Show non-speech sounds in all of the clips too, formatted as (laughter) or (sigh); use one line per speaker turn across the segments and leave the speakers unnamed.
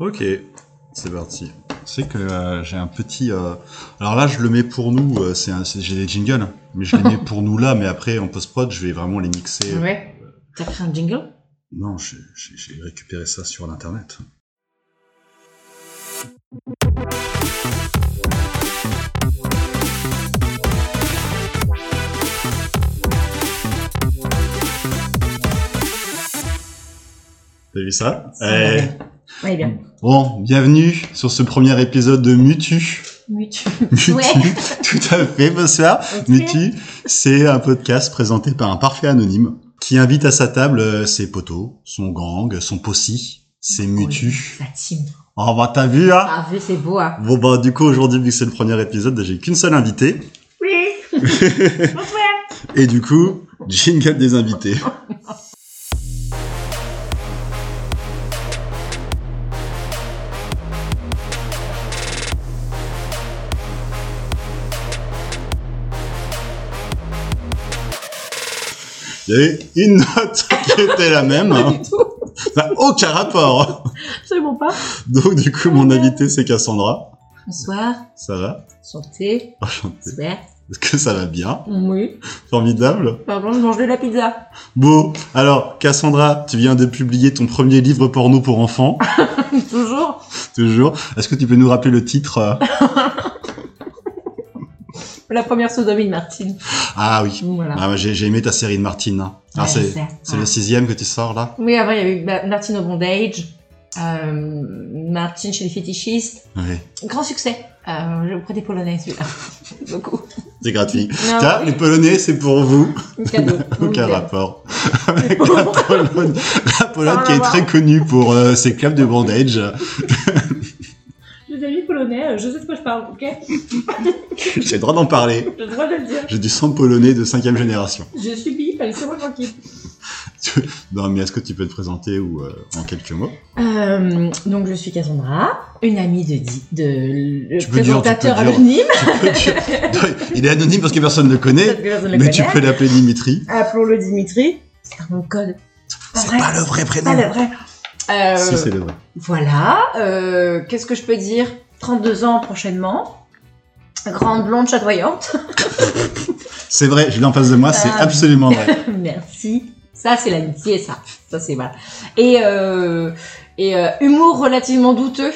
Ok, c'est parti. C'est que euh, j'ai un petit. euh, Alors là, je le mets pour nous. euh, c'est un- c'est- j'ai des jingles, hein, mais je les (laughs) mets pour nous là. Mais après, en post prod, je vais vraiment les mixer.
Ouais. T'as créé un jingle
Non, j'ai- j'ai j'ai récupéré ça sur l'internet. T'as vu ça Eh,
Ouais, Ouais, bien.
Bon, bienvenue sur ce premier épisode de Mutu.
(laughs) Oui, tu...
Mutu,
Ouais.
(laughs) tout à fait, bonsoir.
Ok.
Mutu, c'est un podcast présenté par un parfait anonyme qui invite à sa table euh, ses poteaux, son gang, son possi, ses mutus.
La team.
Oh bah t'as vu, hein
Ah, vu, c'est beau, hein.
Bon bah du coup aujourd'hui, vu que c'est le premier épisode, j'ai qu'une seule invitée.
Oui.
(laughs)
Bonsoir.
Et du coup, jingle des invités. Il y avait une note qui était la même.
Pas
hein.
du tout.
Ça n'a aucun rapport.
Absolument pas.
Donc du coup, mon invité, c'est Cassandra.
Bonsoir.
Ça va
Santé.
Enchanté.
Super.
Est-ce que ça va bien
Oui.
Formidable.
Pardon, je mange de la pizza. (laughs)
Bon, alors Cassandra, tu viens de publier ton premier livre porno pour enfants,
Toujours.
toujours. Est-ce que tu peux nous rappeler le titre euh
La première sodomie de Martine.
Ah oui,
Voilà.
Ah, moi, j'ai j'ai aimé ta série de Martine. hein. Ah,
Ouais,
c'est
ça.
c'est le sixième que tu sors là
Oui, avant, il y avait eu Ma- Martine au Bondage. Euh, Martine chez les fétichistes.
Oui,
Grand succès. Euh, auprès des Polonais, celui-là. (laughs) Beaucoup.
c'est gratuit.
Non,
Tiens, les Polonais, c'est pour vous.
cadeau.
Aucun
Ah Ok.
rapport
(laughs)
avec la Pologne, la Pologne qui
à
est
voir.
très connue pour euh, ses clubs de bandage.
Mes amis polonais, euh, je sais de quoi je parle, ok
J'ai le droit d'en parler.
J'ai le droit de le dire.
J'ai du sang polonais de cinquième génération. (laughs)
J'ai subi, laissez-moi tranquille.
Non, mais est-ce que tu peux te présenter ou euh, en quelques mots (laughs)
Euh, donc je suis Cassandra, une amie de, Di- de le
Tu peux dire,
présentateur
tu peux dire.
anonyme.
Il est anonyme parce que personne ne le connaît.
Peut-être que personne le
Mais tu
connaît.
peux l'appeler Dimitri.
Appelons-le Dimitri. C'est un nom de code.
C'est
vrai.
pas le vrai prénom.
Pas le vrai. Euh,
Si, c'est le vrai.
Voilà. euh, Qu'est-ce que je peux dire 32 ans prochainement. Grande blonde chatoyante.
C'est vrai, je l'ai en face de moi, c'est
Ah.
absolument vrai. (laughs)
(laughs) Merci. Ça, c'est l'amitié, ça. Ça, c'est voilà. Et, euh, et euh, humour relativement douteux,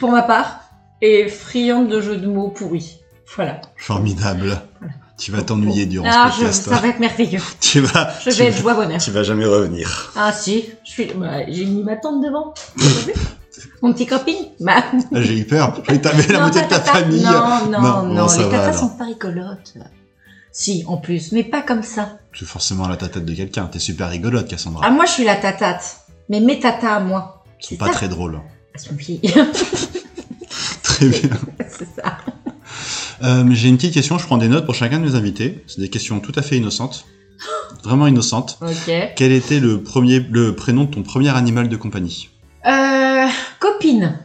pour ma part, et friande de jeux de mots pourris. Voilà.
Formidable. Tu vas t'ennuyer durant
Ah,
ce
je,
podcast. hein.
ça va être merveilleux.
Tu vas,
Je
tu,
vais être joie bonheur.
tu vas jamais revenir.
Ah si, je suis, bah, j'ai mis ma
(laughs)
tante devant. T'as vu Mon petit copine. Bah,
Ah, J'ai eu peur. Je t'avais la
non,
moitié de ta
tata,
famille.
Non, non,
Non,
non,
bon, ça
les
va,
tatas
alors.
sont pas rigolotes. Si, en plus, mais pas comme ça.
Tu es forcément la tatate de quelqu'un. T'es super rigolote, Cassandra.
Ah moi, je suis la tatate. Mais mes tatas à moi,
Ils sont
c'est
pas
ça.
très drôle.
elles sont filles.
(laughs) Très bien.
(laughs) c'est ça.
Euh, mais J'ai une petite question. Je prends des notes pour chacun de mes invités. C'est des questions tout à fait innocentes. Vraiment innocentes.
Ok.
Quel était le, premier, le prénom de ton premier animal de compagnie
Euh, copine.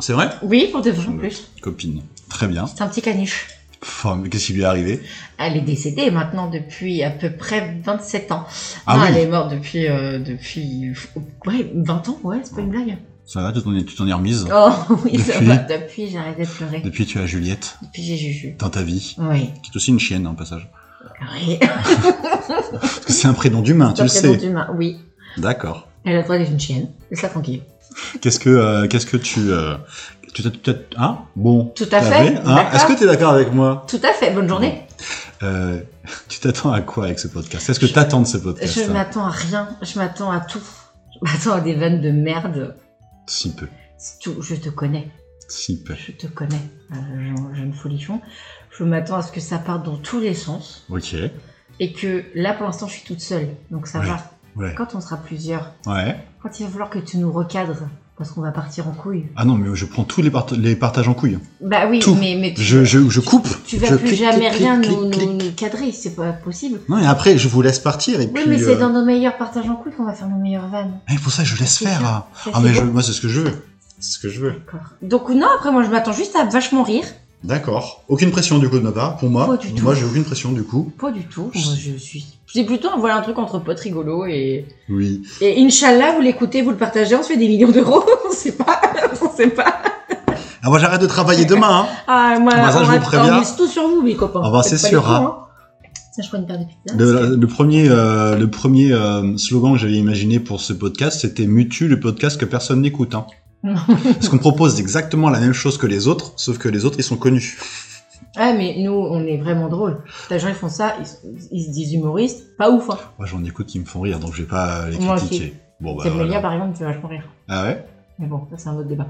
C'est vrai
Oui, pour de vrai en plus.
Copine. Très bien.
C'est un petit caniche.
Enfin, mais qu'est-ce qui lui est arrivé
Elle est décédée maintenant depuis à peu près 27 ans.
Ah
non,
oui.
Elle est morte depuis, euh, depuis ouais, 20 ans, ouais, c'est pas une blague.
Ça va, tu t'en es, tu t'en es remise (laughs)
Oh oui, ça
Depuis
va, depuis j'ai arrêté de pleurer.
Depuis tu as Juliette
Depuis j'ai Juju.
dans ta vie,
Oui,
qui est aussi une chienne en passage.
oui. (laughs)
Parce que c'est un prénom d'humain, tu le
D'après mon
sais.
humain, oui.
D'accord.
Elle a le droit d'être une chienne. Laisse-la tranquille.
Qu'est-ce que, euh, qu'est-ce que tu, euh, tu t'as, tu t'as- hein Bon.
Tout à
T'as
fait.
vu, hein Est-ce
d'accord.
que tu es d'accord avec moi
Tout à fait, bonne journée.
Euh, (laughs) Tu t'attends à quoi avec ce podcast Qu'est-ce que t'attends de ce podcast
Je
hein
m'attends à rien, je m'attends à tout. Je m'attends à des vannes de merde.
Si peu.
C'est tout, je te connais.
Si peu.
Je te connais, euh, jeune- jeune folichon. Je m'attends à ce que ça parte dans tous les sens.
Ok.
et que là pour l'instant je suis toute seule, donc ça
Ouais,
va.
ouais.
Quand on sera plusieurs,
Ouais.
quand il va falloir que tu nous recadres, parce qu'on va partir en couille.
Ah non, mais je prends tous les, part- les partages en couille.
Bah oui,
Tout.
mais, mais tu,
Je, je, je coupe.
tu vas
je
plus
clique,
jamais
clique,
rien
clique,
nous,
clique.
nous- nous cadrer, c'est pas possible.
Non, et après, je vous laisse partir. Et
Oui,
puis,
mais
euh,
c'est dans nos meilleurs partages en couille qu'on va faire nos meilleurs vannes.
eh, pour ça, je laisse
C'est
faire.
ça.
hein.
Ça,
Ah
c'est
mais je-
bon.
moi c'est ce que je veux. C'est ce que je veux.
D'accord. Donc non, après moi je m'attends juste à vachement rire.
D'accord. Aucune pression du coup de ma part. Pour moi,
Pas du tout.
moi j'ai aucune pression du coup.
Pas du tout.
Je
Moi
sais.
je suis C'est plutôt un- voilà un truc entre potes rigolo et,
Oui.
et Inch'Allah, vous l'écoutez, vous le partagez, on se fait des millions d'euros, (laughs) on sait pas, on sait pas.
Ah, moi, j'arrête de travailler
(laughs)
demain, hein.
Ah, moi,
Ah bah ça,
on,
je vous
rate-
préviens.
on mise tout sur vous, mes copains.
Ah bah,
Faites
c'est
pas
sûr,
les cons,
hein.
hein. Ça, je prends une paire de pizzas.
Le, le premier, euh, le premier euh, slogan que j'avais imaginé pour ce podcast, c'était Mutu, le podcast que personne n'écoute.
(laughs)
Hein. Parce qu'on propose exactement la même chose que les autres, sauf que les autres, ils sont connus.
Ah, mais nous, on est vraiment drôles. Les gens, ils font ça, ils, se- ils se disent humoristes, pas ouf. Hein.
Moi, j'en écoute qui me font rire, donc je vais pas les
Moi
critiquer. Bon, bah,
C'est le
voilà.
par exemple, tu vas vachement rire.
Ah ouais
Mais bon, ça, c'est un autre débat.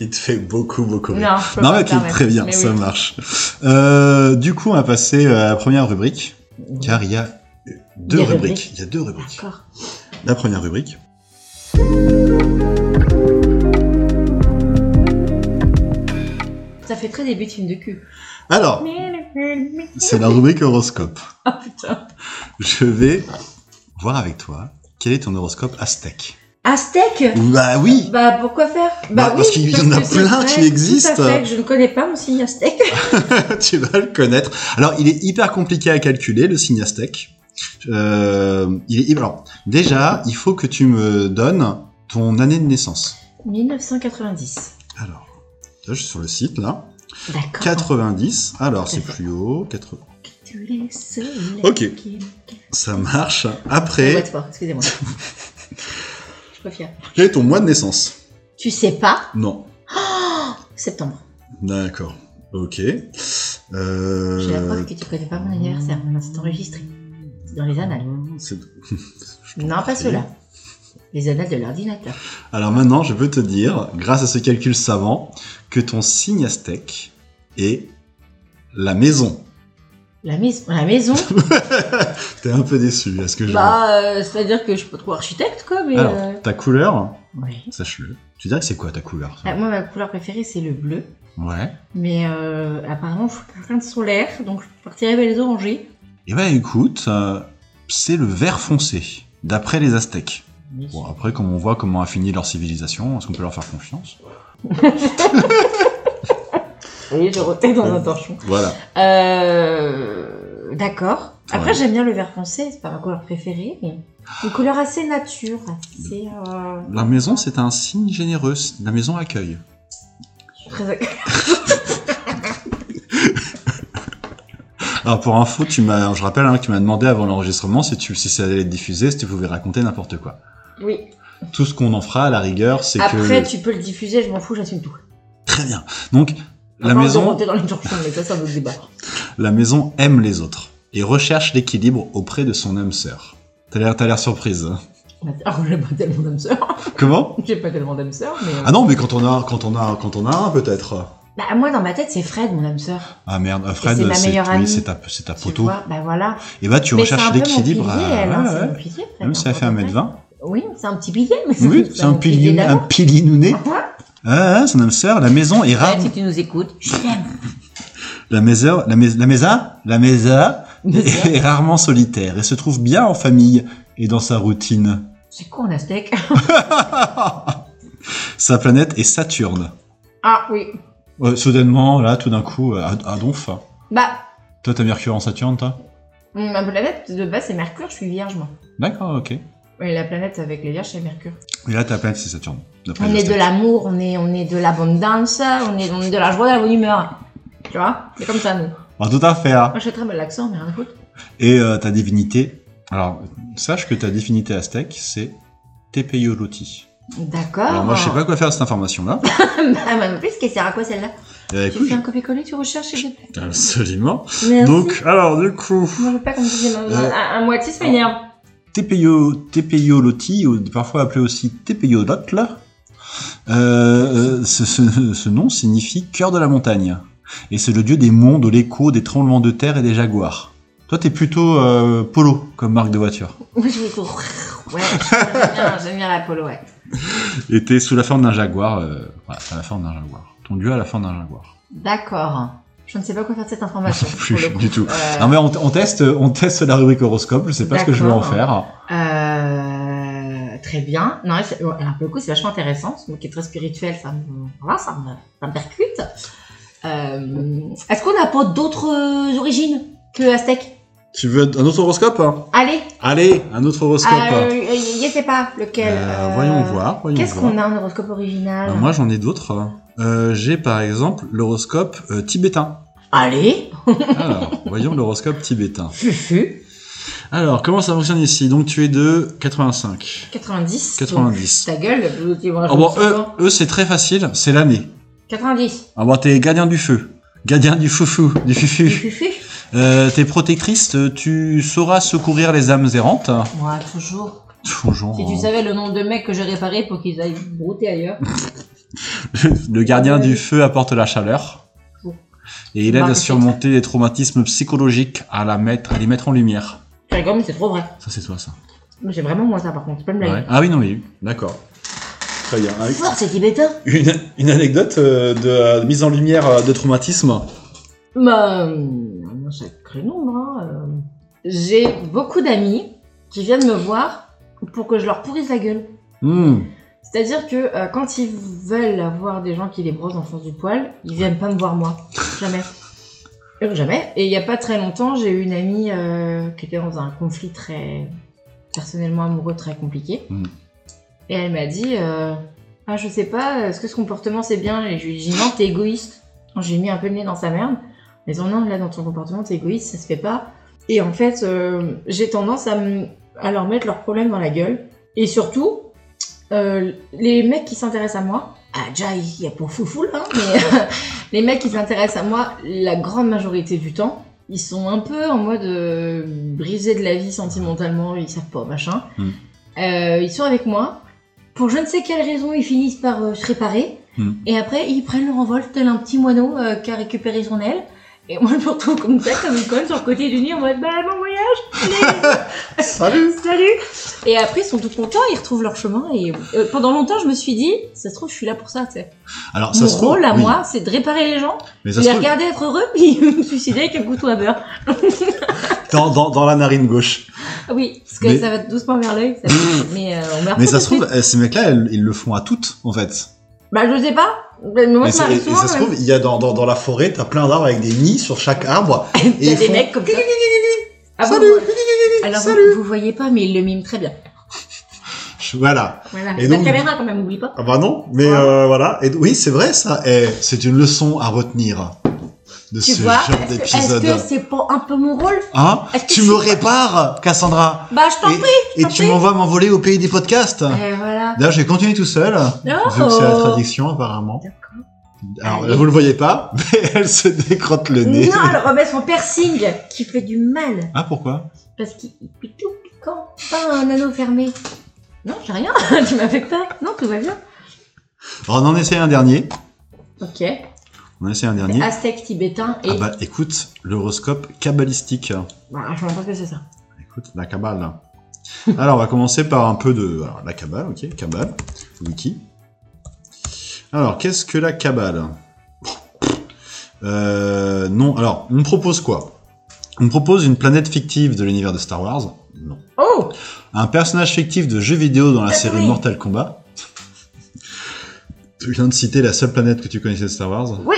Il te fait beaucoup, beaucoup rire.
Non, je peux
Non,
pas
mais
me
tu me
permettre.
préviens,
Mais
ça
oui.
marche. Euh, du coup, on va passer à la première rubrique, car il y a deux
Des
rubriques.
rubriques.
Il y a deux rubriques.
D'accord.
La première rubrique.
Ça fait très début de film de cul.
Alors, c'est la rubrique horoscope.
Ah putain.
Je vais voir avec toi quel est ton horoscope aztèque.
Aztèque
Bah oui (laughs)
Bah pourquoi faire
Bah, parce qu'il y en a
que c'est
plein qui
vrai,
existent.
Tout à fait, que je ne connais pas mon signe aztèque.
tu vas le connaître. Alors, il est hyper compliqué à calculer, le signe aztèque. Euh, il est... Alors, déjà, il faut que tu me donnes ton année de naissance.
1990.
Alors, là, je suis sur le site, là.
D'accord.
90. Alors, c'est
Tout à fait.
plus haut. 80.
Tu les soleils
Ok.
qui-
Ça marche.
Ouais,
Après,
c'est fort, excusez-moi. je suis pas fière.
quel est ton mois de naissance
Tu sais pas
Non.
Septembre.
D'accord. Ok.
J'ai la
Euh...
preuve que tu connais pas mon anniversaire. Maintenant, C'est enregistré. C'est dans les annales.
c'est-
Non, pas ceux-là. Les annales de l'ordinateur.
Alors maintenant, je peux te dire, grâce à ce calcul savant, que ton signe aztèque est la maison. (laughs)
La maison. La maison
T'es un peu déçu, à ce que je vois.
Bah, euh, c'est-à-dire que je suis pas trop architecte, quoi, mais.
Alors,
euh,
ta couleur,
ouais.
sache-le. Tu dirais que c'est quoi ta couleur toi
Ah, moi, ma couleur préférée, c'est le bleu.
Ouais.
Mais euh, apparemment, il faut quelqu'un de solaire, donc je partirai vers les orangés.
Eh ben écoute, euh, c'est le vert foncé, d'après les aztèques. Bon, après, comme on voit comment a fini leur civilisation, est-ce qu'on peut leur faire confiance
Oui, je rotais dans un torchon.
Voilà.
Euh, D'accord. Après,
Ouais.
j'aime bien le vert foncé, c'est pas ma couleur préférée, mais une couleur assez nature, assez. euh,
La maison, c'est un signe généreux. La maison accueille.
très-
Alors pour info, tu m'as, je rappelle hein, que tu m'as demandé avant l'enregistrement si tu, si ça allait être diffusé, si tu pouvais raconter n'importe quoi.
Oui.
Tout ce qu'on en fera à la rigueur, c'est que
Après, tu peux le diffuser, je m'en fous, j'assume tout.
très bien. Donc la
Enfin, de
maison,
roter dans les torchons, mais ça, c'est un autre débat. (laughs)
la maison aime les autres et recherche l'équilibre auprès de son âme sœur. T'as l'air, t'as l'air surprise. hein.
Ah, j'ai pas tellement d'âme sœur.
Comment
(laughs) J'ai pas tellement d'âme sœur, mais. euh,
Ah non, mais quand on a, quand on a, quand on a un peut-être.
Bah, moi, dans ma tête, c'est Fred, mon âme sœur.
Ah merde, ah, Fred,
c'est ma
c'est,
meilleure amie.
oui, c'est ta, c'est ta
Tu
poteau.
vois, bah voilà.
Et bah tu
mais c'est un
recherches
peu mon
l'équilibre.
pilier,
à-
elle, hein,
ouais,
c'est
ouais.
mon pilier, Fred,
Même si elle fait
hein, pour
1m20.
vrai. Oui, c'est un petit pilier, mais
Oui, c'est un
mon
pilier, un
d'amour.
pilier Ah. nouné.
Voilà.
Ah, ah, son âme sœur, la maison est rare.
Fred, Ah, si tu nous écoutes, je t'aime.
La maison, la, mais- la maisa, la maisa (laughs)
Maisa.
est rarement solitaire et se trouve bien en famille et dans sa routine.
C'est quoi en aztèque
Sa planète est Saturne.
Ah oui.
Ouais, soudainement, là, tout d'un coup, euh, ah ah, donf.
Bah,
Toi, t'as Mercure en Saturne, toi
hum, ma planète de base, c'est Mercure, je suis vierge, moi.
D'accord, ok. Et
Et la planète avec les vierges, c'est Mercure.
là, ta planète, c'est Saturne. d'après
On
les
est de
astros.
l'amour, on est, on est de l'abondance, on est, on est de la joie, de la bonne humeur. Tu vois C'est comme ça, nous. Moi,
En tout à fait. hein.
j'ai très mal l'accent, mais rien à foutre.
Et euh, ta divinité. Alors, sache que ta divinité aztèque, c'est Tepeyoloti.
D'accord.
Alors, moi, je sais pas quoi faire de cette information-là.
(laughs) Bah, bah, plus, qu'elle sert à quoi, celle-là
Euh,
Tu
écoute,
fais un copier-coller, tu recherches et je-
absolument.
Merci.
Donc, alors, du coup.
Moi, je veux pas qu'on me dise un,
Euh,
un- un moitié, ça m'énerve.
Tepeyo, Tepeyoloti, ou parfois appelé aussi Tepeyolotl, euh, euh, ce, ce- ce nom signifie cœur de la montagne. Et c'est le dieu des monts, de l'écho, des tremblements de terre et des jaguars. Toi, t'es plutôt euh, Polo comme marque de voiture.
Moi, je vais tout. Ouais, j'aime bien, j'aime bien la polo, ouais.
Et t'es sous la forme d'un jaguar. euh, voilà, à la forme d'un jaguar. Ton dieu à la forme d'un jaguar.
D'accord. Je ne sais pas quoi faire de cette information.
Non (laughs) plus,
pour le coup.
du tout.
Euh,
Non mais on, on teste, on teste la rubrique horoscope. Je sais pas ce que je vais en
D'accord.
faire.
euh, très bien. Non, c'est- bon, alors, pour le coup, c'est vachement intéressant. Ce mot qui est très spirituel, ça me, voilà, ça me, ça me percute. Euh, Est-ce qu'on n'a pas d'autres origines euh, que aztèque
Tu veux un autre horoscope hein
Allez,
Allez, un autre horoscope.
euh, il y était pas lequel.
Euh,
euh,
voyons voir. voyons
Qu'est-ce
voir.
qu'on a en horoscope original
Euh, moi, j'en ai d'autres. Euh, J'ai par exemple l'horoscope euh, tibétain.
Allez, (laughs)
Alors, voyons l'horoscope tibétain.
Fufu,
Alors, comment ça fonctionne ici Donc, tu es de 85,
90. donc,
90.
Ta gueule, vous- tu manges
Ah bon,
le
eux,
sang.
eux, c'est très facile, c'est l'année.
90.
Ah bon, t'es gardien du feu, gardien du foufou, du
Et
fufu.
Fufu
Euh, t'es protectrice, tu sauras secourir les âmes errantes.
Moi, toujours.
Toujours.
Si tu savais le nombre de mecs que j'ai réparés pour qu'ils aillent
(laughs)
brouter ailleurs.
Le gardien du feu apporte la chaleur. Et il aide à
Magnifique.
surmonter les traumatismes psychologiques, à, la mettre, à les mettre en lumière.
D'accord, mais c'est trop vrai.
Ça, c'est toi, ça.
Mais c'est vraiment moi ça par contre, c'est pas une blague.
Ouais. Ah oui, non, oui. D'accord. Très bien. Avec-
Fort, c'est tibétain.
Une, une anecdote euh, de euh, mise en lumière euh, de traumatisme.
Bah, euh, un sacré nombre. hein, euh. J'ai beaucoup d'amis qui viennent me voir pour que je leur pourrisse la gueule.
Hmm.
C'est-à-dire que euh, quand ils veulent avoir des gens qui les brossent dans le sens du poil, ils viennent pas me voir moi. Jamais. Euh, Jamais. Et il y a pas très longtemps, j'ai eu une amie euh, qui était dans un conflit très personnellement amoureux très compliqué.
Mm.
Et elle m'a dit euh, Ah, je sais pas, est-ce que ce comportement c'est bien Et je lui ai dit Non, t'es égoïste. J'ai mis un peu le nez dans sa merde. Mais non, non, là, dans ton comportement, t'es égoïste, ça se fait pas. Et en fait, euh, j'ai tendance à, me- à leur mettre leurs problèmes dans la gueule. Et surtout, euh, les mecs qui s'intéressent à moi, ah déjà il y a pour foufou là, mais (laughs) les mecs qui s'intéressent à moi, la grande majorité du temps, ils sont un peu en mode euh, brisés de la vie sentimentalement, ils savent pas machin.
Mm.
Euh, ils sont avec moi, pour je ne sais quelle raison, ils finissent par euh, se réparer,
Mm.
et après ils prennent leur envol tel un petit moineau euh, qui a récupéré son aile. Et moi, je me retrouve comme ça, comme une conne sur le côté du nid, en mode, bah, bon voyage, Allez,
Salut
Salut Et après, ils sont tout contents, ils retrouvent leur chemin. Et euh, pendant longtemps, je me suis dit, ça se trouve, je suis là pour ça, tu sais.
Alors, Ah, ça
Mon
se trouve,
rôle à
oui,
moi, c'est de réparer les gens,
mais ça
de
se
les
trouve,
regarder être heureux, (laughs) puis me suicider avec un couteau à beurre.
dans, dans, dans la narine gauche.
Ah Oui, parce que
Mais- Mmh.
ça va doucement vers l'œil, ça fait- mais euh, on meurt
Mais
pas
ça
tout
se trouve,
(laughs) de suite.
euh, ces mecs-là, elles- ils le font à toutes, en fait.
Bah, je sais pas, mais moi,
Mais
ça
c'est- et,
m'arrive
et
souvent.
ça se
quand
trouve,
(laughs)
il y a dans, dans, dans la forêt, t'as plein d'arbres avec des nids sur chaque arbre.
même.
et
T'as
ils
des
font-
mecs comme ça. Ah bon,
Salut
ouais. Alors, vous-
Salut
Vous, voyez pas, mais ils le miment très bien.
(laughs) Voilà.
Voilà.
Et
C'est
donc-
la caméra hein, quand même, oublie pas.
Ah bah non, mais
Ah.
euh, voilà. Et oui, c'est vrai ça. Et c'est une leçon à retenir de
Tu
ce
vois,
genre
est-ce que- est-ce
d'épisode.
que c'est pas un peu mon rôle
Hein
est-ce que
Tu
je
me
suis-
répares, Cassandra.
Bah, je t'en
Et-
prie. Euh.
Et
t'en
tu m'envoies m'envoler au pays des podcasts.
Et voilà.
D'ailleurs, j'ai continué tout seul.
Non.
Vu que c'est la traduction apparemment.
D'accord.
Alors,
Oh. Allez.
vous le voyez pas, (laughs) mais elle se décrotte le nez.
Non, elle remet son piercing qui fait du mal
Ah pourquoi
parce qu'il est tout piquant. Pas un anneau fermé. Non, j'ai rien. (laughs) tu m'as fait peur. Non, tout va bien.
Alors, On en essaie un dernier.
Ok.
On en essaie un dernier.
Aztèque tibétain Ah, et.
Mm. Ah bah écoute, l'horoscope kabbalistique.
Voilà, je me rends compte que c'est ça.
Écoute, la cabale. hein. (laughs) Alors, on va commencer par un peu de... Alors, la cabale, ok, cabale, wiki. Alors, qu'est-ce que la cabale euh, Non, alors, on me propose quoi On me propose une planète fictive de l'univers de Star Wars Non.
Oh
Un personnage fictif de jeu vidéo dans la série
oui.
Mortal Kombat (laughs) Tu viens de citer la seule planète que tu connaissais de Star Wars.
Oui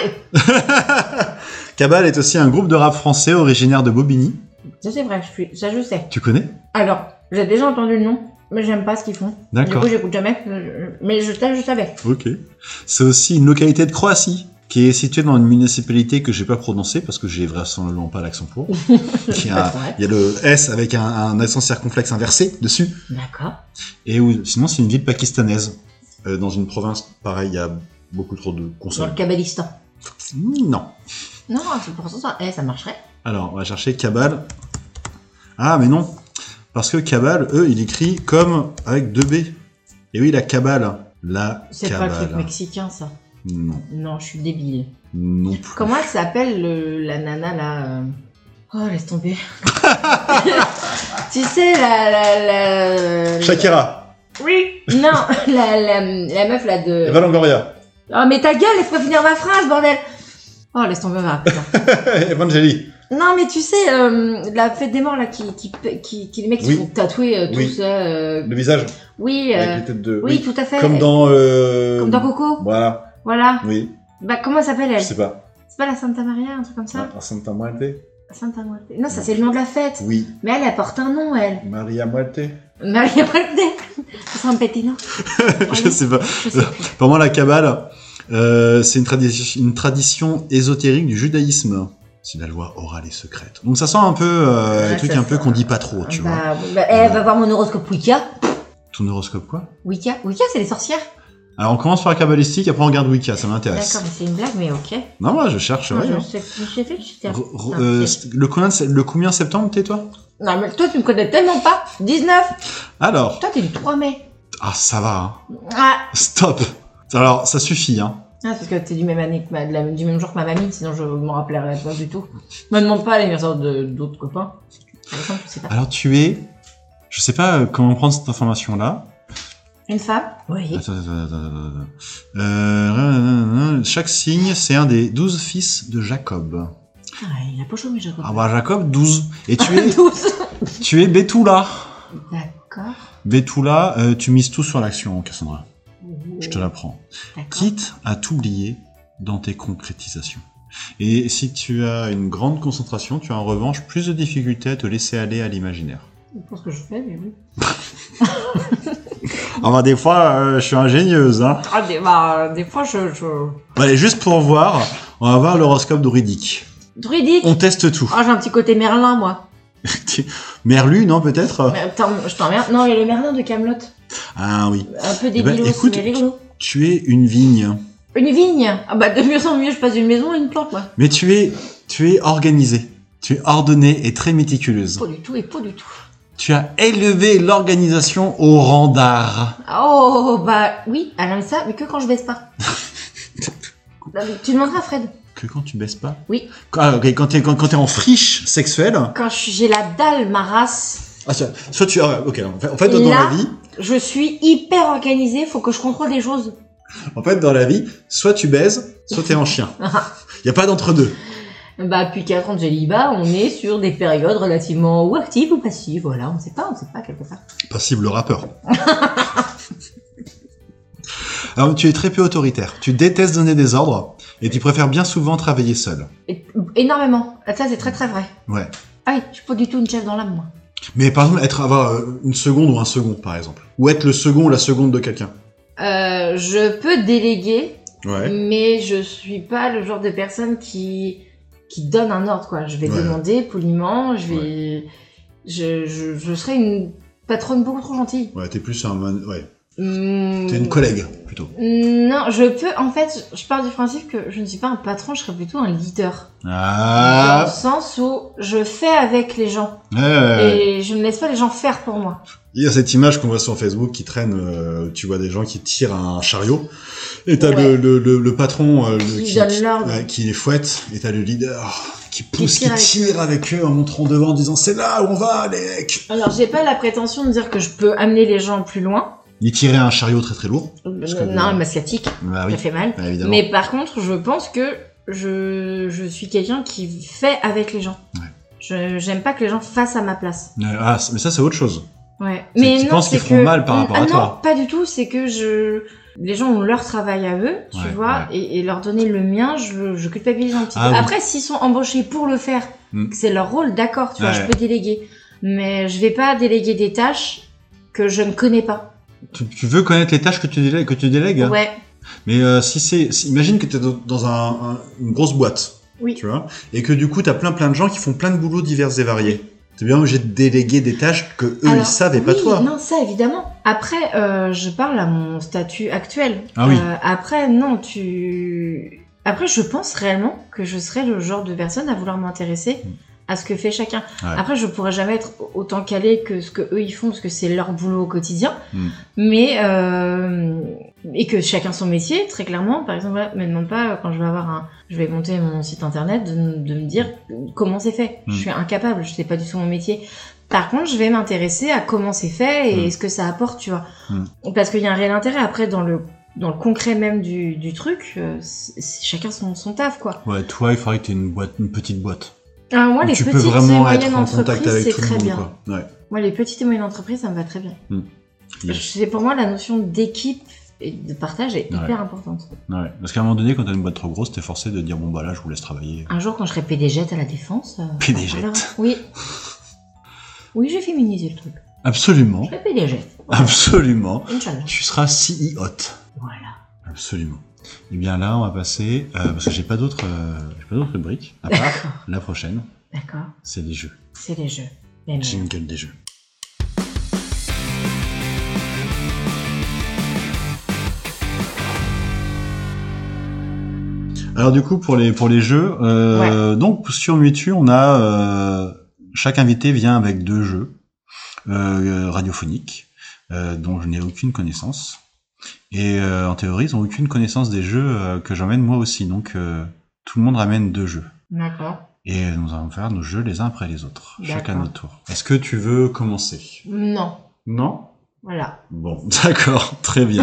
Cabale est aussi un groupe de rap français originaire de Bobigny.
Ça c'est vrai, je suis... ça je sais.
Tu connais
Alors, j'ai déjà entendu le nom, mais j'aime pas ce qu'ils font. Du
D'accord.
coup, j'écoute jamais. je- Mais je, ça, je savais. (laughs)
Ok. C'est aussi une localité de Croatie qui est située dans une municipalité que j'ai pas prononcée parce que j'ai vraisemblablement pas l'accent pour. Qui a-
Ouais.
il y a le S avec un, un accent circonflexe inversé dessus.
D'accord.
Et où, sinon, c'est une ville pakistanaise. Euh, dans une province, pareil, il y a beaucoup trop de
Sur le
consonnes.
Kabbalistan.
Mm, Non.
Non, c'est pour ça, ça, eh, ça marcherait.
Alors, on va chercher Kabal. Ah, mais non. Parce que Kabal, eux, il écrit comme avec deux B. Et oui, la Kabal. La
C'est pas le truc
Kabal.
mexicain ça.
Non.
Non, je suis débile.
Non plus.
Comment elle s'appelle le- la nana là euh Oh,
(laughs)
laisse tomber. tu sais, la. la, la...
Shakira.
Oui Non, la, la, la meuf là de.
Valangoria. (laughs)
Oh, mais ta gueule, laisse-moi finir ma phrase, bordel Oh, laisse tomber ma
(laughs)
putain.
Evangélie.
Non, mais tu sais, euh, la fête des morts là, qui, qui, qui, qui- les mecs qui
Oui.
sont tatoués euh, tous.
Oui.
euh,
visage
oui, euh,
têtes de.
oui, tout à fait.
dans. euh,
Comme dans Ah, Coco.
Voilà,
Voilà.
oui,
Bah, comment elle s'appelle elle
pas. Ah,
C'est pas la Santa Maria, un truc comme ça
Santa Maria.
Santa Muerte. Non, ça c'est le nom de la fête.
Oui,
Mais elle, elle porte un nom, elle.
Maria Muerte.
Maria Muerte. San Petino. Ah
(laughs) je sais pas.
Je sais plus.
Pour moi, la Kabbale, euh, c'est une, tradi- une tradition ésotérique du judaïsme. C'est la loi orale et secrète. Donc ça sent un peu euh,
Ouais,
les trucs
ça
un peu
sent-
qu'on dit pas trop, tu vois. Euh,
bah, bah, eh, va voir mon horoscope Wicca.
Ton horoscope quoi
Wicca, Wicca c'est les sorcières.
Alors on commence par la kabbalistique, après on regarde Wicca, ça m'intéresse.
D'accord, mais c'est une blague, mais ok.
Non, moi je cherche.
Non,
ouais,
je-
hein.
je- J'ai fait que j'étais.
Re- re-
Ah,
euh,
ok.
c'est- le, combien, de- le combien septembre t'es toi
Non, mais toi, tu me connais tellement pas. 19.
Alors,
Toi, t'es du 3 mai.
ah ça va, hein.
Ah,
stop Alors ça suffit, hein.
Ah, parce que t'es du même année que ma- de la- du même jour que ma mamie, sinon je m'en rappellerai pas du tout. Me demande pas l'anniversaire de d'autres copains. Par exemple, je sais pas.
Alors tu es... Je sais pas euh, comment prendre cette information là.
Une femme Oui.
Attends, attends, attends, attends, attends. Euh, nanana, chaque signe, c'est un des douze fils de Jacob.
Ah, il a pas chômé, Jacob.
Ah bah Jacob, 12. Et tu
(laughs)
es, (laughs)
12.
tu es Bétoula.
D'accord.
Bétoula, euh, tu mises tout sur l'action, Cassandra. Je te l'apprends.
D'accord.
Quitte à t'oublier dans tes concrétisations. Et si tu as une grande concentration, tu as en revanche plus de difficultés à te laisser aller à l'imaginaire.
Je pense que je fais, mais oui.
Ah bah des fois, euh, je suis ingénieuse. Hein.
Ah, des, bah, des fois, je. je...
Bon, Allez, Bah, juste pour voir, on va voir l'horoscope druidique.
Druidique
On teste tout. (laughs)
Ah, j'ai un petit côté Merlin, moi.
Tu- Merlu, non, peut-être
Mais attends, je t'emmerde. Non, il y a le Merlin de Camelot.
Ah oui.
Un peu
Eh ben,
débile aussi,
écoute,
mais rigolo.
Tu es une vigne.
Une vigne Ah, bah, de mieux en mieux, je passe d'une maison à une plante, moi.
Mais tu es, tu es organisée. Tu es ordonnée et très méticuleuse.
Pas du tout et pas du tout.
Tu as élevé l'organisation au rang d'art.
Ah, Oh, bah, oui, alors ça, mais que quand je
(laughs)
baisse pas. Non, mais tu demanderas à Fred.
Que quand tu baisses pas
Oui.
Quand, ah, ok, quand t'es quand, quand t'es en friche sexuelle.
Quand je- j'ai la dalle, ma race,
Ah, soit soit tu. ah, ok, en fait, en fait, dans
Là.
la vie,
je suis hyper organisée, faut que je contrôle les choses.
en fait, dans la vie, soit tu baises, soit t'es en chien.
Ah.
Il y a pas d'entre deux.
Bah, depuis 4 ans de célibat, on est sur des périodes relativement ou actives ou passives, voilà, on sait pas, on sait pas, quelque part.
Passible le rappeur. (laughs) Alors, tu es très peu autoritaire. Tu détestes donner des ordres et tu préfères bien souvent travailler seul.
Et- énormément, Ah, ça c'est très très vrai.
Ouais.
Ah oui, je suis pas du tout une chef dans l'âme, moi.
Mais par exemple, être avoir euh, une seconde ou un second, par exemple. Ou être le second ou la seconde de quelqu'un.
Euh, je peux déléguer,
Ouais.
mais je suis pas le genre de personne qui, qui donne un ordre, quoi. Je vais
Ouais.
demander poliment, je vais. Je, je, je serai une patronne beaucoup trop gentille.
Ouais, t'es plus un. man- Ouais.
Hmm.
T'es une collègue, plutôt.
Non, je peux. En fait, je pars du principe que je ne suis pas un patron, je serais plutôt un leader. Dans le
Ah
sens où je fais avec les gens
Ouais.
et je ne laisse pas les gens faire pour moi.
Il y a cette image qu'on voit sur Facebook qui traîne. euh, tu vois des gens qui tirent un chariot. Et t'as le,
Ouais.
le, le, le patron euh, le-
Qui donne l'ordre.
ouais, qui les fouette. Et t'as le leader qui pousse, qui
tire
tire, avec eux en montrant devant en disant c'est là où on va, les mecs.
Alors, j'ai pas la prétention de dire que je peux amener les gens plus loin. Euh,
Il tirait un chariot très très lourd. Parce que-
non, ma sciatique,
Bah
ça fait mal.
bah, évidemment.
Mais par contre, je pense que je, je suis quelqu'un qui fait avec les gens.
Ouais.
Je J'aime pas que les gens fassent à ma place.
Euh, ah, c'est- mais ça c'est autre chose.
Ouais.
C'est
Mais
que tu
non,
penses
c'est
qu'ils feront
que-
mal par rapport
Ah
à
non,
toi.
pas du tout. C'est que je les gens ont leur travail à eux, tu
Ouais,
vois, et, et leur donner le mien, je, je culpabilise un petit
Ah
peu.
oui.
Après, s'ils sont embauchés pour le faire,
Hmm.
que c'est leur rôle, d'accord, tu vois,
Ouais.
je peux déléguer, mais je vais pas déléguer des tâches que je ne connais pas.
Tu, tu veux connaître les tâches que tu délègues, que tu délègues hein
Ouais.
Mais euh, si c'est, si- imagine que tu es dans un- un- une grosse boîte,
Oui.
tu vois, et que du coup tu as plein plein de gens qui font plein de boulots divers et variés. T'es bien obligé de déléguer des tâches que eux ils
Alors,
savent et pas
oui,
toi.
Non, ça évidemment. Après, euh, je parle à mon statut actuel.
Ah oui.
Euh, après, non, tu. Après, je pense réellement que je serais le genre de personne à vouloir m'intéresser
Mm.
à ce que fait chacun.
Ouais.
Après, je pourrais jamais être autant calée que ce que eux ils font parce que c'est leur boulot au quotidien.
Mm.
Mais euh, et que chacun son métier, très clairement. Par exemple, voilà, me demande pas euh, quand je vais avoir un, je vais monter mon site internet de, de me dire comment c'est fait.
Mm.
Je suis incapable, je sais pas du tout mon métier. Par contre, je vais m'intéresser à comment c'est fait et
Mm.
ce que ça apporte, tu vois.
Mm.
Parce qu'il y a un réel intérêt. Après, dans le, dans le concret même du, du truc, euh, c'est- c'est chacun son, son taf, quoi.
Ouais, toi il faudrait que tu une boîte, une petite boîte.
Alors, Euh, moi, les
tu
petites
peux
et
vraiment être
moyennes
en contact
entreprises,
avec
c'est
tout le
très
monde.
bien.
Quoi. Ouais.
Moi, les petites et moyennes entreprises, ça me va très bien.
Yes.
C'est pour moi la notion d'équipe et de partage est
Ouais.
hyper importante.
Ouais. Parce qu'à un moment donné, quand t'as une boîte trop grosse, t'es forcé de dire bon bah là, je vous laisse travailler.
Un jour, quand je serai PDG à la défense. euh,
(laughs) PDG.
alors- oui. Oui, j'ai féminisé le truc. Je
Absolument,
serai PDG.
Ah, absolument.
E Inch'Allah.
Tu seras CEO. -te.
Voilà.
Absolument. Et bien là, on va passer euh, parce que j'ai pas d'autres, euh, j'ai pas d'autres rubriques à part
D'accord.
la prochaine.
D'accord.
C'est les jeux.
C'est les jeux. Les merde.
Jingle des jeux. Alors du coup pour les pour les jeux, euh, donc sur Mutu on a euh, chaque invité vient avec deux jeux euh, radiophoniques euh, dont je n'ai aucune connaissance et euh, en théorie ils ont aucune connaissance des jeux euh, que j'emmène moi aussi donc euh, tout le monde ramène deux jeux.
D'accord.
Et nous allons faire nos jeux les uns après les autres, chacun
D'accord.
notre tour. Est-ce que tu veux commencer
Non.
Non
Voilà.
Bon, (laughs) d'accord, très bien.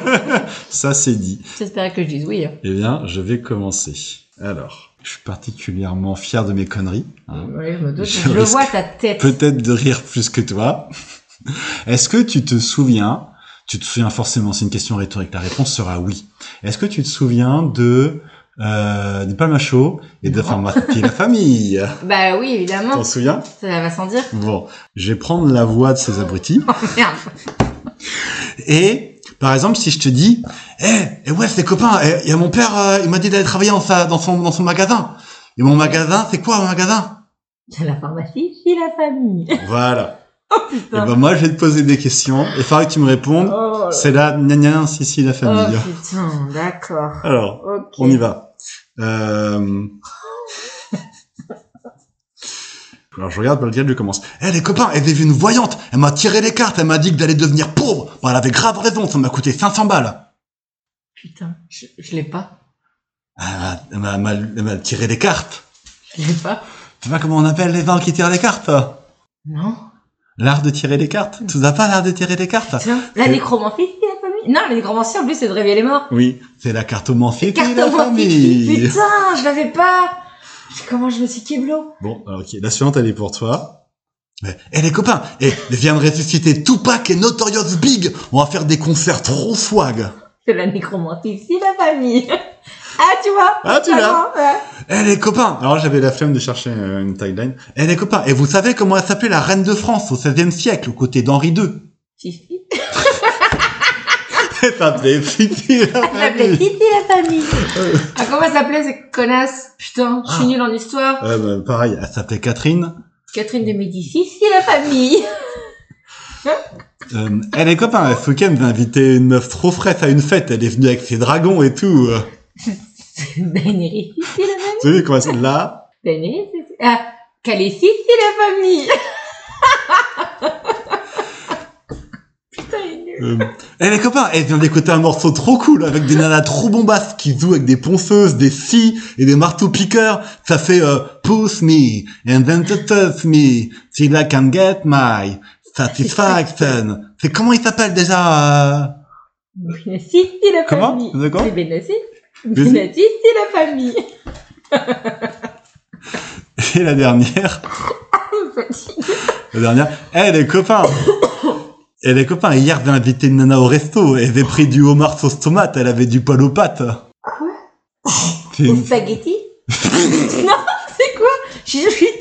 (laughs) Ça c'est dit.
J'espérais que je dise oui. hein.
Eh bien, je vais commencer. Alors, je suis particulièrement fier de mes conneries. hein.
Oui, je me doute.
Je
Je le
risque-
vois ta tête.
Peut-être de rire plus que toi. (laughs) Est-ce que tu te souviens Tu te souviens forcément, c'est une question rhétorique. La réponse sera oui. Est-ce que tu te souviens de euh, des palmachos et de la
Non.
pharmacie la
(laughs)
famille
Bah oui, évidemment.
T'en souviens
Ça va sans dire. (laughs)
Bon, je vais prendre la voix de ces abrutis.
Oh merde.
Et, par exemple, si je te dis, eh, eh ouais, c'est copain, il y a mon père, euh, il m'a dit d'aller travailler dans, sa, dans, son, dans son magasin. Et mon magasin, c'est quoi mon magasin
C'est la pharmacie, c'est la famille.
Voilà. Et
Oh, Putain.
ben moi, je vais te poser des questions. Et il faudra que tu me répondes.
Oh, là-
Eh ben, C'est la gna gna, si si la
oh
famille.
putain, d'accord.
Alors,
Ok.
on y va. Euh... Alors je regarde par lequel je commence. Eh les copains, eh, j'ai vu une voyante, elle m'a tiré les cartes, elle m'a dit que d'aller devenir pauvre. Bah, elle avait grave raison, ça m'a coûté 500 balles.
Putain, je, je l'ai pas.
Elle m'a- elle m'a- elle m'a elle m'a tiré des cartes.
Je l'ai pas.
Tu sais pas comment on appelle les gens qui tirent des cartes
Non.
L'art de tirer des cartes. Tu n'as pas l'art de tirer des cartes
Putain. La
c'est-
nécromancie, c'est la famille. Non, la nécromancie, en plus, c'est de réveiller les morts.
Oui, c'est la cartomancie qui est la
Cartomancie.
famille.
Putain, je l'avais pas. Comment je me suis kéblo
Bon, alors, ok, la suivante, elle est pour toi. Eh eh, les copains, eh, viens de ressusciter Tupac et Notorious Big. On va faire des concerts trop swag.
C'est la nécromancie, c'est la famille. (laughs) Ah, tu vois
Ah, tu l'as
Vraiment, ouais.
Eh les copains Alors j'avais la flemme de chercher euh, une tagline. Eh les copains, et vous savez comment elle s'appelait la reine de France au XVIe siècle, aux côtés d'Henri II
Fifi.
(laughs) Elle s'appelait Fifi la
Elle s'appelait
famille.
Fifi, la famille. Ah, comment elle s'appelait, cette connasse Putain, je suis
Ah.
nulle en histoire.
Euh, bah, pareil, elle s'appelait Catherine.
Catherine de Médicis, c'est la famille.
Euh, eh les copains, ce week-end, j'ai invité une meuf trop fraîche à une fête, elle est venue avec ses dragons et tout. euh.
Daenerys, c'est la famille.
Vous savez comment c'est là
Daenerys, c'est... Ah, Khaleesi, c'est la famille. (laughs) Putain, il est nul.
euh, Eh les copains, elle vient d'écouter un morceau trop cool avec des nanas trop bombastes qui jouent avec des ponceuses, des scies et des marteaux piqueurs. Ça fait euh, Push me and then to touch me till I can get my satisfaction. C'est comment il s'appelle déjà euh
Benassi, c'est la
Comment
famille.
D'accord.
C'est Benassi.
Benassi.
Benassi, c'est la famille. (laughs)
Et la dernière La dernière. Eh les copains (coughs) Eh les copains, hier j'ai invité une nana au resto, elle avait pris du homard sauce tomate, elle avait du poil aux pattes.
Quoi
C'est
Au
une...
spaghetti (laughs) Non, c'est quoi je, je suis tellement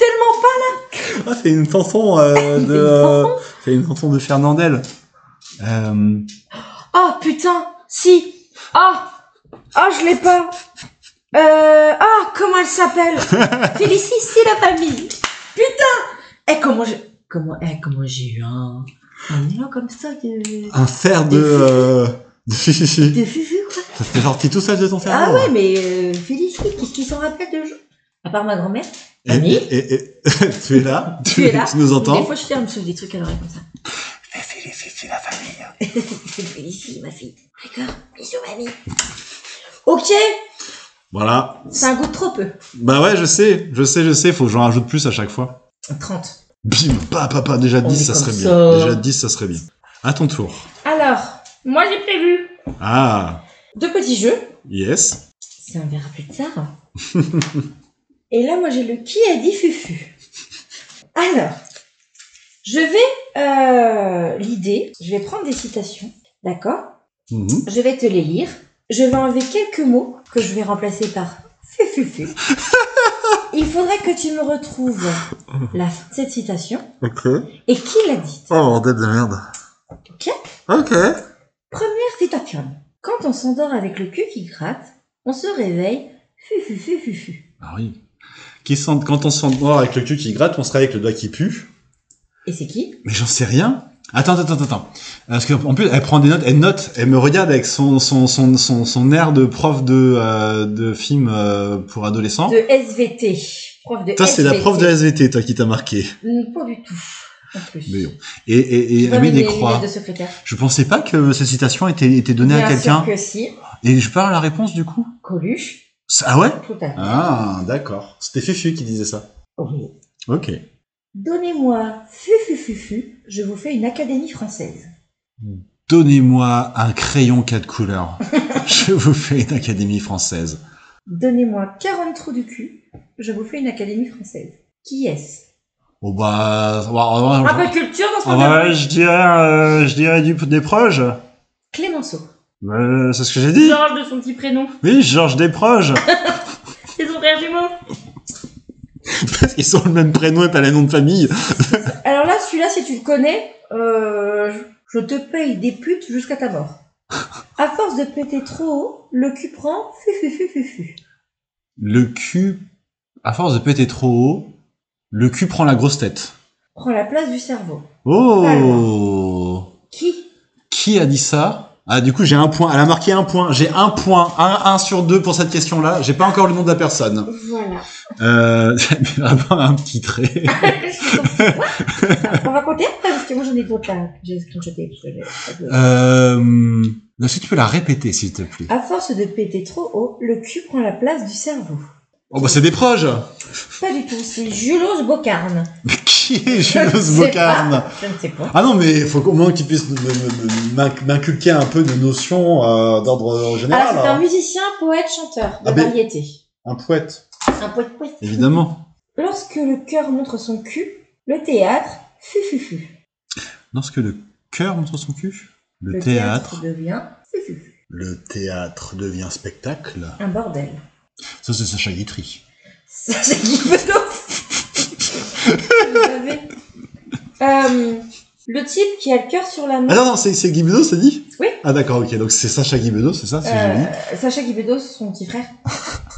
pas...
Ah, c'est une chanson
(laughs)
euh, de... euh, C'est une chanson de Fernandel. Euh,
Oh, putain, si. Oh, oh, je l'ai pas. Euh, oh, comment elle s'appelle Félicie, c'est la famille. Putain Eh, comment je... Comment, eh, comment j'ai eu un... Un élan comme ça de...
un fer de... euh, (laughs) de chichichi.
De fufu, quoi.
Ça fait sorti tout ça de ton
Ah
cerveau.
ouais, mais euh, Félicie, qu'est-ce qui s'en rappelle de... À part ma grand-mère
Et-
Annie
et, et- et- (laughs) tu es là, tu,
Tu es là.
(laughs) tu nous
Des
entends.
fois, je suis là, elle me souffle des trucs à l'oreille comme ça.
Félicie la famille.
Félicie, ma fille. D'accord Bisous, mamie. Ok
Voilà.
C'est un goût de trop peu.
Bah ouais, je sais, je sais, je sais, faut que j'en rajoute plus à chaque fois.
30.
Bim, pa, pa, pa, déjà
On
10, ça
est
serait
comme ça.
bien. Déjà 10, ça serait bien. À ton tour.
Alors, moi, j'ai prévu
Ah,
deux petits jeux.
yes.
C'est un verra plus hein. tard. (laughs) Et là, moi, j'ai le qui a dit fufu. Alors, je vais... euh, L'idée, je vais prendre des citations, d'accord
Mhm.
Je vais te les lire. Je vais enlever quelques mots que je vais remplacer par fufufu. (laughs) Il faudrait que tu me retrouves la, cette citation
Ok.
et qui l'a dite.
Oh, bordel de merde.
Ok.
Ok.
Première citation. Quand on s'endort avec le cul qui gratte, on se réveille fufufufufu.
Ah oui. Qui sent... Quand on s'endort avec le cul qui gratte, on sera avec le doigt qui pue.
Et c'est qui
Mais j'en sais rien. Attends, attends, attends, attends. Parce qu'en plus, elle prend des notes, elle note, elle me regarde avec son, son, son, son, son air de prof de, euh, de film euh, pour adolescents.
De SVT. Prof de
Toi, c'est la
SVT.
prof de SVT, toi, qui t'a marqué.
Hmm, Pas du tout. En plus.
Mais bon. Et, et, et
Je
elle met
remets
des
mes
croix.
lunettes de secrétaire.
Je pensais pas que cette citation était, était donnée à
Bien
quelqu'un.
sûr que si.
Et je parle la réponse, du coup
Coluche.
Ça- Ah ouais
Tout à fait.
Ah, d'accord. C'était Fufu qui disait ça.
Oui.
Ok.
Donnez-moi fufufufu, je vous fais une académie française.
Donnez-moi un crayon quatre couleurs. (laughs) je vous fais une académie française.
Donnez-moi 40 trous du cul, je vous fais une académie française. Qui est-ce
Bon bah, on va- on va-
Un peu de culture dans ce
on
programme
va- Ah, bah, je dirais, euh, je dirais du, des proches.
Clémenceau.
Euh, c'est ce que j'ai dit.
Georges de son petit prénom.
Oui, Georges des (laughs) proches.
C'est son frère jumeau.
Parce qu'ils sont le même prénom et pas le nom de famille.
Alors là, celui-là, si tu le connais, euh, je je te paye des putes jusqu'à ta mort. À force de péter trop haut, le cul prend fufufufufu.
Le cul, à force de péter trop haut, le cul prend la grosse tête.
Prend la place du cerveau.
Oh
Qui
Qui a dit ça Ah, du coup, j'ai un point. Elle a marqué un point. J'ai un point. Un, un sur deux pour cette question-là. J'ai pas encore le nom de la personne. (laughs)
Voilà.
Euh, mais vraiment un petit trait.
(laughs) On va compter après, parce que moi j'en ai d'autres là, que j'ai screenshoté. parce que j'ai pas de-
Euh, est-ce que tu peux la répéter, s'il te plaît
À force de péter trop haut, le cul prend la place du cerveau.
Oh, bah, c'est des proches
Pas du tout, c'est Julos Bocarne.
Mais qui est
Je ne
Jules
sais
Bocarne
pas, Je ne sais pas.
Ah non, mais il faut au moins qu'il puisse me- me- me- m'in- m'inculquer un peu de notions euh, d'ordre
Alors,
général.
c'est un musicien, poète, chanteur de
Ah ben-
variété.
Un poète,
Un poète poète.
évidemment.
Lorsque le cœur montre son cul, le théâtre, fufufu.
Lorsque le cœur montre son cul, le,
Le
théâtre,
devient fufufu.
le théâtre devient spectacle.
Un bordel.
Ça, c'est Sacha Guitry.
Ça, c'est qui peut Vous savez. Euh, Le type qui a le cœur sur la main.
Ah non, non, c'est, c'est Guy Bedos, t'as dit
Hmm. Oui.
Ah d'accord, ok, donc c'est Sacha Guy Bedos, c'est ça Ah, C'est joli.
Euh, Sacha Guibedos, son petit frère.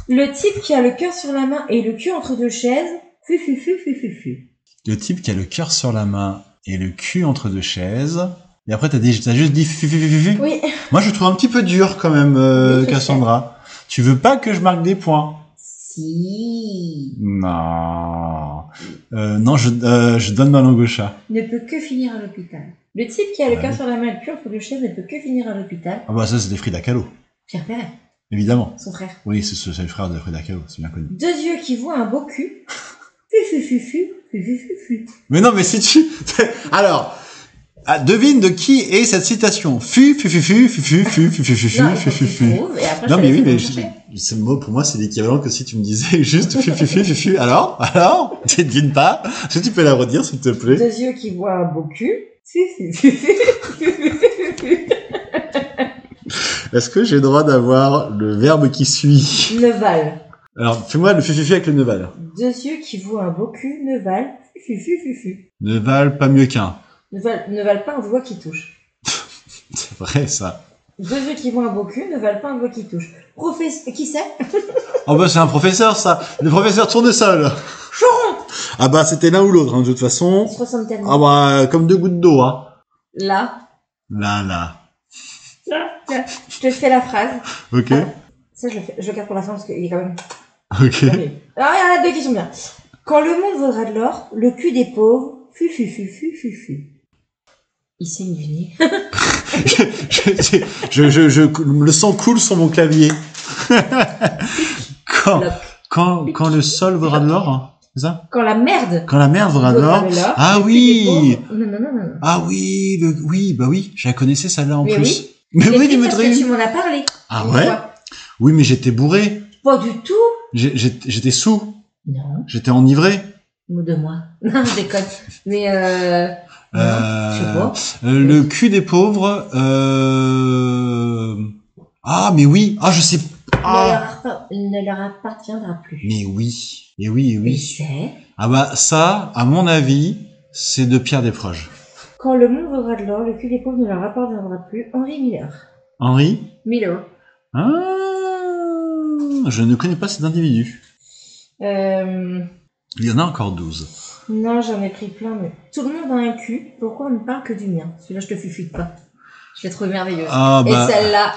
le type qui a le cœur sur la main et le cul entre deux chaises. Fu, fu, fu, fu, fu, fu.
Le type qui a le cœur sur la main et le cul entre deux chaises. Et après, t'as, dit, t'as juste dit fu, fu, fu, fu, fu.
Oui,
Moi, je trouve un petit peu dur quand même, euh,
Oui, c'est
Cassandra. Tu veux pas que je marque des points
si.
Non. Euh, non, je, euh, je donne ma langue au chat.
Ne peut que finir à l'hôpital. Le type qui a le
Ah
cœur
oui.
sur la main et le cul entre deux chaises ne peut que finir à l'hôpital.
Ah bah ça, c'est des Frida Kahlo,
Pierre Perret,
évidemment.
son frère.
Oui, c'est, c'est le frère de Frida Kahlo, c'est bien connu.
Deux yeux qui voient un beau
(laughs)
cul. Fu, fu, fu, fu, fu, fu, fu, fu.
Mais non, mais si tu... Alors, ah, devine de qui est cette citation. Fu, fu, fu, fu, fu, fu, fu, fu, fu, fu,
Non,
fu,
il faut
fu,
que tu
fu, fu.
trouves et après, je
Non,
te
mais
laisse
oui, mais
chercher.
je- ce mot, pour moi, c'est l'équivalent que si tu me disais (laughs) juste fu, fu, fu, fu, fu. Alors, alors, tu devines pas. Est-ce que tu peux la redire, s'il te plaît
Deux yeux qui voient un beau cul. Fu, fu, fu, fu, fu, fu, fu.
Est-ce que j'ai le droit d'avoir le verbe qui suit
Leval.
Alors, fais-moi le fu, fu, fu avec le neval.
Deux yeux qui voient un beau cul ne valent, fu, fu, fu, fu.
Neval, pas mieux qu'un.
Ne, valent, ne valent pas un doigt qui touche.
C'est vrai, ça.
Deux yeux qui voient un beau cul ne valent pas un doigt qui touche. Professeur, qui c'est
Oh bah c'est un professeur ça, le professeur tournesol. Ah bah c'était l'un ou l'autre hein, de toute façon.
On se ressemble tellement.
Ah bah euh, comme deux gouttes d'eau hein.
Là,
Là là.
je te fais la phrase.
Ok.
Ça, je le, fais- je le garde pour la fin parce qu'il est quand même.
Ok.
Ah, il y en a deux qui sont bien. Quand le monde vaudra de l'or, le cul des pauvres, fu, fu, fu, fu, fu, fu. Il saigne du nez.
je, je, je, je- le sang coule sur mon clavier. (laughs) quand, quand, quand le sol vaudra de l'or, hein, c'est ça
Quand la merde
Quand la mer vaudra de l'or.
de l'or,
Ah
le cul
oui.
des pauvres- Non, non, non, non. non.
Ah oui, le, oui, bah oui, je la connaissais celle-là en
Mais
plus.
oui.
Mais
Mais
oui,
c'est parce que
Dimitri.
tu m'en as parlé.
Ah
Une
ouais
fois.
Oui, mais j'étais bourré.
Pas du tout.
J'ai- J'étais j'étais sous.
Non.
J'étais enivré.
(laughs) Ou de moi. Non, je déconne. Mais euh, Je sais pas.
Euh, le cul des pauvres. euh, Ah, mais oui. Ah, je sais.
Ne,
Ah,
leur appa- ne leur appartiendra plus.
mais oui. Et oui, et
Et
oui.
c'est
Ah bah ça, à mon avis, c'est de Pierre Desproges.
quand le monde vaudra de l'or, le cul des pauvres ne leur appartiendra plus. Henri Miller.
Henri.
Miller.
Ah, je ne connais pas cet individu.
Euh,
Il y en a encore 12.
non, j'en ai pris plein, mais tout le monde a un cul. Pourquoi on ne parle que du mien Celui-là, je te fufute pas. Je l'ai trouvé merveilleuse.
Ah bah.
Et celle-là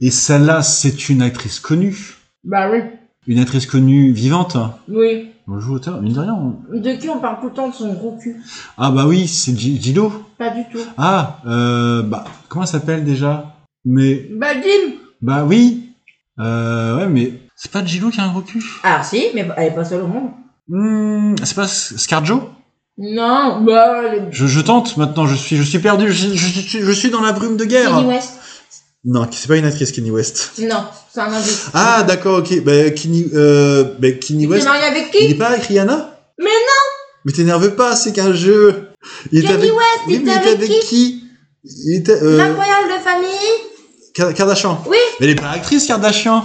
Et celle-là, c'est une actrice connue.
Bah oui.
Une actrice connue vivante.
Oui.
On le joue auteur, mine de rien. on-
De qui on parle tout le temps de son gros cul
Ah bah oui, c'est G- Gillo.
Pas du tout.
Ah, euh, bah, comment elle s'appelle déjà Mais,
Badim
bah oui. Euh, ouais, mais c'est pas Gillo qui a un gros cul.
Alors si, mais elle est pas seule au monde.
Hmm, c'est pas S- Scarjo
Non, bah... Le...
je, je tente maintenant, je suis, je suis perdu, je, suis- je suis- je suis dans la brume de guerre.
Kanye West.
Non, c'est pas une actrice, Kenny West.
Non, c'est un indice.
Ah, d'accord, ok. Bah, Kenny, euh, bah, Kenny
Il est
West,
marié avec
il
qui
est pas avec Rihanna
Mais non
Mais t'énerve pas, c'est qu'un jeu. Il était
Kenny
avec...
West,
oui, mais
il était
il était
avec
avec qui Il était... Euh...
Incroyable de famille
Ka- Kardashian
Oui.
Mais elle est pas actrice, Kardashian